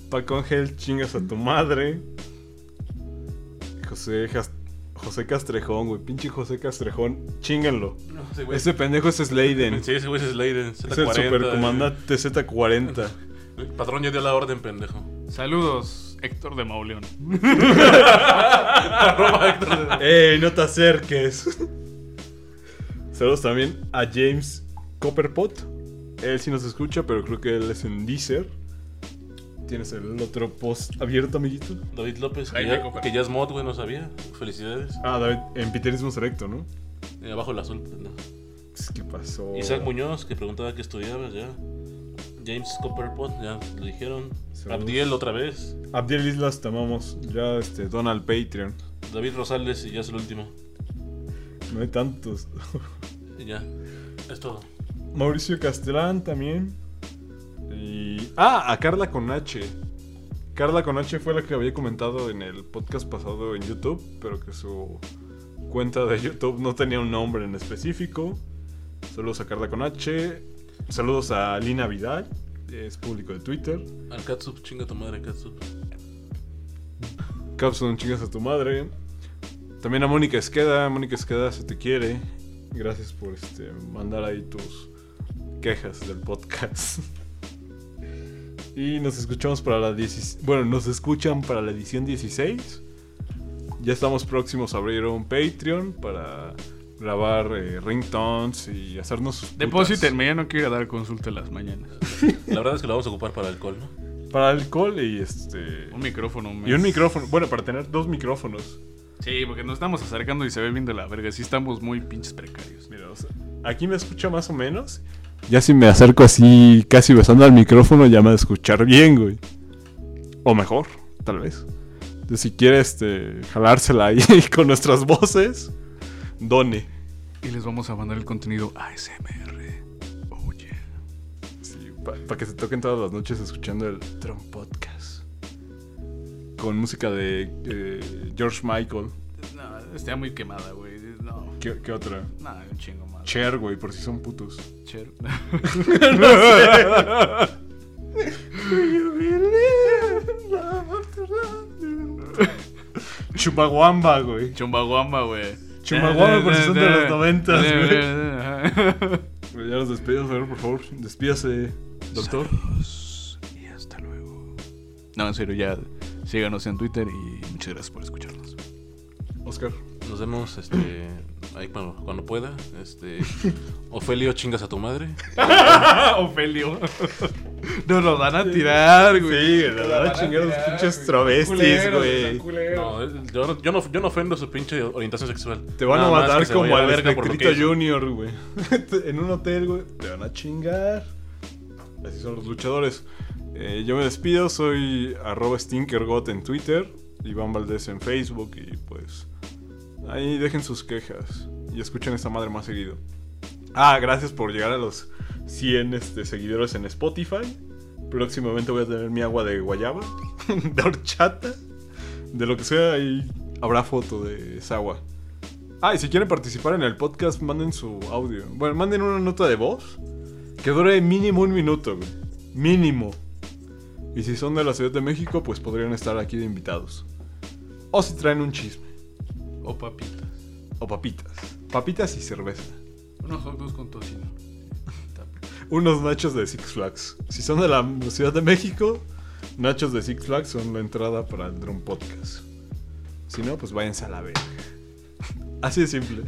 Speaker 2: Paco Ángel, chingas a tu madre. José, Jas- José Castrejón, güey. Pinche José Castrejón, chinganlo.
Speaker 4: No, ese güey.
Speaker 2: Ese pendejo es Sladen.
Speaker 4: Sí, ese güey es Sladen.
Speaker 2: Es el supercomandante Z40.
Speaker 4: El patrón ya dio la orden, pendejo.
Speaker 3: Saludos, Héctor de Mauleón.
Speaker 4: Arroba Héctor.
Speaker 2: ¡Ey, no te acerques! Saludos también a James Copperpot. Él sí nos escucha, pero creo que él es en Deezer. Tienes el otro post abierto, amiguito.
Speaker 4: David López, que
Speaker 3: Jaime
Speaker 4: ya,
Speaker 3: Cooper.
Speaker 4: que ya es mod, güey, no sabía. Felicidades.
Speaker 2: Ah, David, en Piterismo Selecto, ¿no?
Speaker 4: Eh, abajo el azul, pendejo.
Speaker 2: Pues, ¿Qué pasó?
Speaker 4: Isaac Muñoz, que preguntaba qué estudiabas ya. James Copperpot, ya lo dijeron.
Speaker 2: Saludos.
Speaker 4: Abdiel otra vez.
Speaker 2: Abdiel Islas, te amamos. Ya, este, Donald Patreon.
Speaker 4: David Rosales, y ya es el último.
Speaker 2: No hay tantos.
Speaker 4: Y ya. Es todo.
Speaker 2: Mauricio Castellán también. Y. Ah, a Carla con H. Carla con H fue la que había comentado en el podcast pasado en YouTube, pero que su cuenta de YouTube no tenía un nombre en específico. Saludos a Carla con H. Saludos a Lina Vidal. es público de Twitter.
Speaker 4: Al Katsup, chinga tu madre, Katsup.
Speaker 2: Capsule, chingas a tu madre. También a Mónica Esqueda. Mónica Esqueda, se te quiere. Gracias por este, mandar ahí tus quejas del podcast. Y nos escuchamos para la 16. Bueno, nos escuchan para la edición 16. Ya estamos próximos a abrir un Patreon para grabar eh, ringtones y hacernos. sus putas.
Speaker 3: Depósitenme, ya no quiero ir a dar consulta en las mañanas.
Speaker 4: La verdad es que lo vamos a ocupar para alcohol, ¿no?
Speaker 2: Para alcohol y este.
Speaker 3: Un micrófono. más.
Speaker 2: Y un micrófono. Bueno, para tener dos micrófonos.
Speaker 3: Sí, porque nos estamos acercando y se ve bien de la verga. Sí, estamos muy pinches precarios.
Speaker 2: Mira, o sea, aquí me escucha más o menos. Ya si me acerco así, casi besando al micrófono, ya me va a escuchar bien, güey. O mejor, tal vez. Entonces, si quiere este, jalársela ahí con nuestras voces, done.
Speaker 3: Y les vamos a mandar el contenido ASMR. Oh, yeah.
Speaker 2: Para que se toquen todas las noches escuchando el Trump Podcast. Con música de eh, George Michael.
Speaker 3: No, está muy quemada, güey. No,
Speaker 2: ¿Qué, qué otra?
Speaker 3: nada, un chingo más.
Speaker 2: Cher, güey, por si son putos.
Speaker 3: Cher.
Speaker 2: Chupaguamba, güey.
Speaker 3: Chumbawamba, güey. Eh,
Speaker 2: Chumbawamba, por si son de los noventas, güey.
Speaker 3: güey.
Speaker 2: Ya los despedimos, a ver, por favor. Despídase, doctor.
Speaker 3: Y hasta luego. No, en serio, ya. Síganos en Twitter y muchas gracias por escucharnos.
Speaker 2: Oscar.
Speaker 4: Nos vemos, este. Ahí cuando, cuando pueda. Este. Ofelio, chingas a tu madre.
Speaker 3: Ah, Ofelio.
Speaker 2: Este
Speaker 3: Nos lo van a tirar,
Speaker 2: Sí,
Speaker 3: güey.
Speaker 2: la verdad, chingar los pinches travestis, güey.
Speaker 4: No, es- yo, no- yo, no, yo no ofendo su pinche orientación sexual.
Speaker 2: Te van
Speaker 4: Nada
Speaker 2: a
Speaker 4: más que
Speaker 2: matar
Speaker 4: se vaya
Speaker 2: como
Speaker 4: a
Speaker 2: al
Speaker 4: verga por lo que
Speaker 2: Espectrito
Speaker 4: hizo.
Speaker 2: Junior, güey. en un hotel, güey. Te van a chingar. Así son los luchadores. Eh, yo me despido, soy arroba stinkergot en Twitter, Iván Valdés en Facebook y pues ahí dejen sus quejas y escuchen esta madre más seguido. Ah, gracias por llegar a los 100 este, seguidores en Spotify. Próximamente voy a tener mi agua de guayaba, de horchata, de lo que sea, ahí habrá foto de esa agua. Ah, y si quieren participar en el podcast, manden su audio. Bueno, manden una nota de voz que dure mínimo un minuto, güey. Mínimo. Y si son de la Ciudad de México, pues podrían estar aquí de invitados. O si traen un chisme.
Speaker 3: O papitas.
Speaker 2: O papitas. Papitas y cerveza.
Speaker 3: Unos hot dogs con tocino.
Speaker 2: Unos nachos de Six Flags. Si son de la Ciudad de México, nachos de Six Flags son la entrada para el Drum Podcast. Si no, pues váyanse a la verga. Así de simple.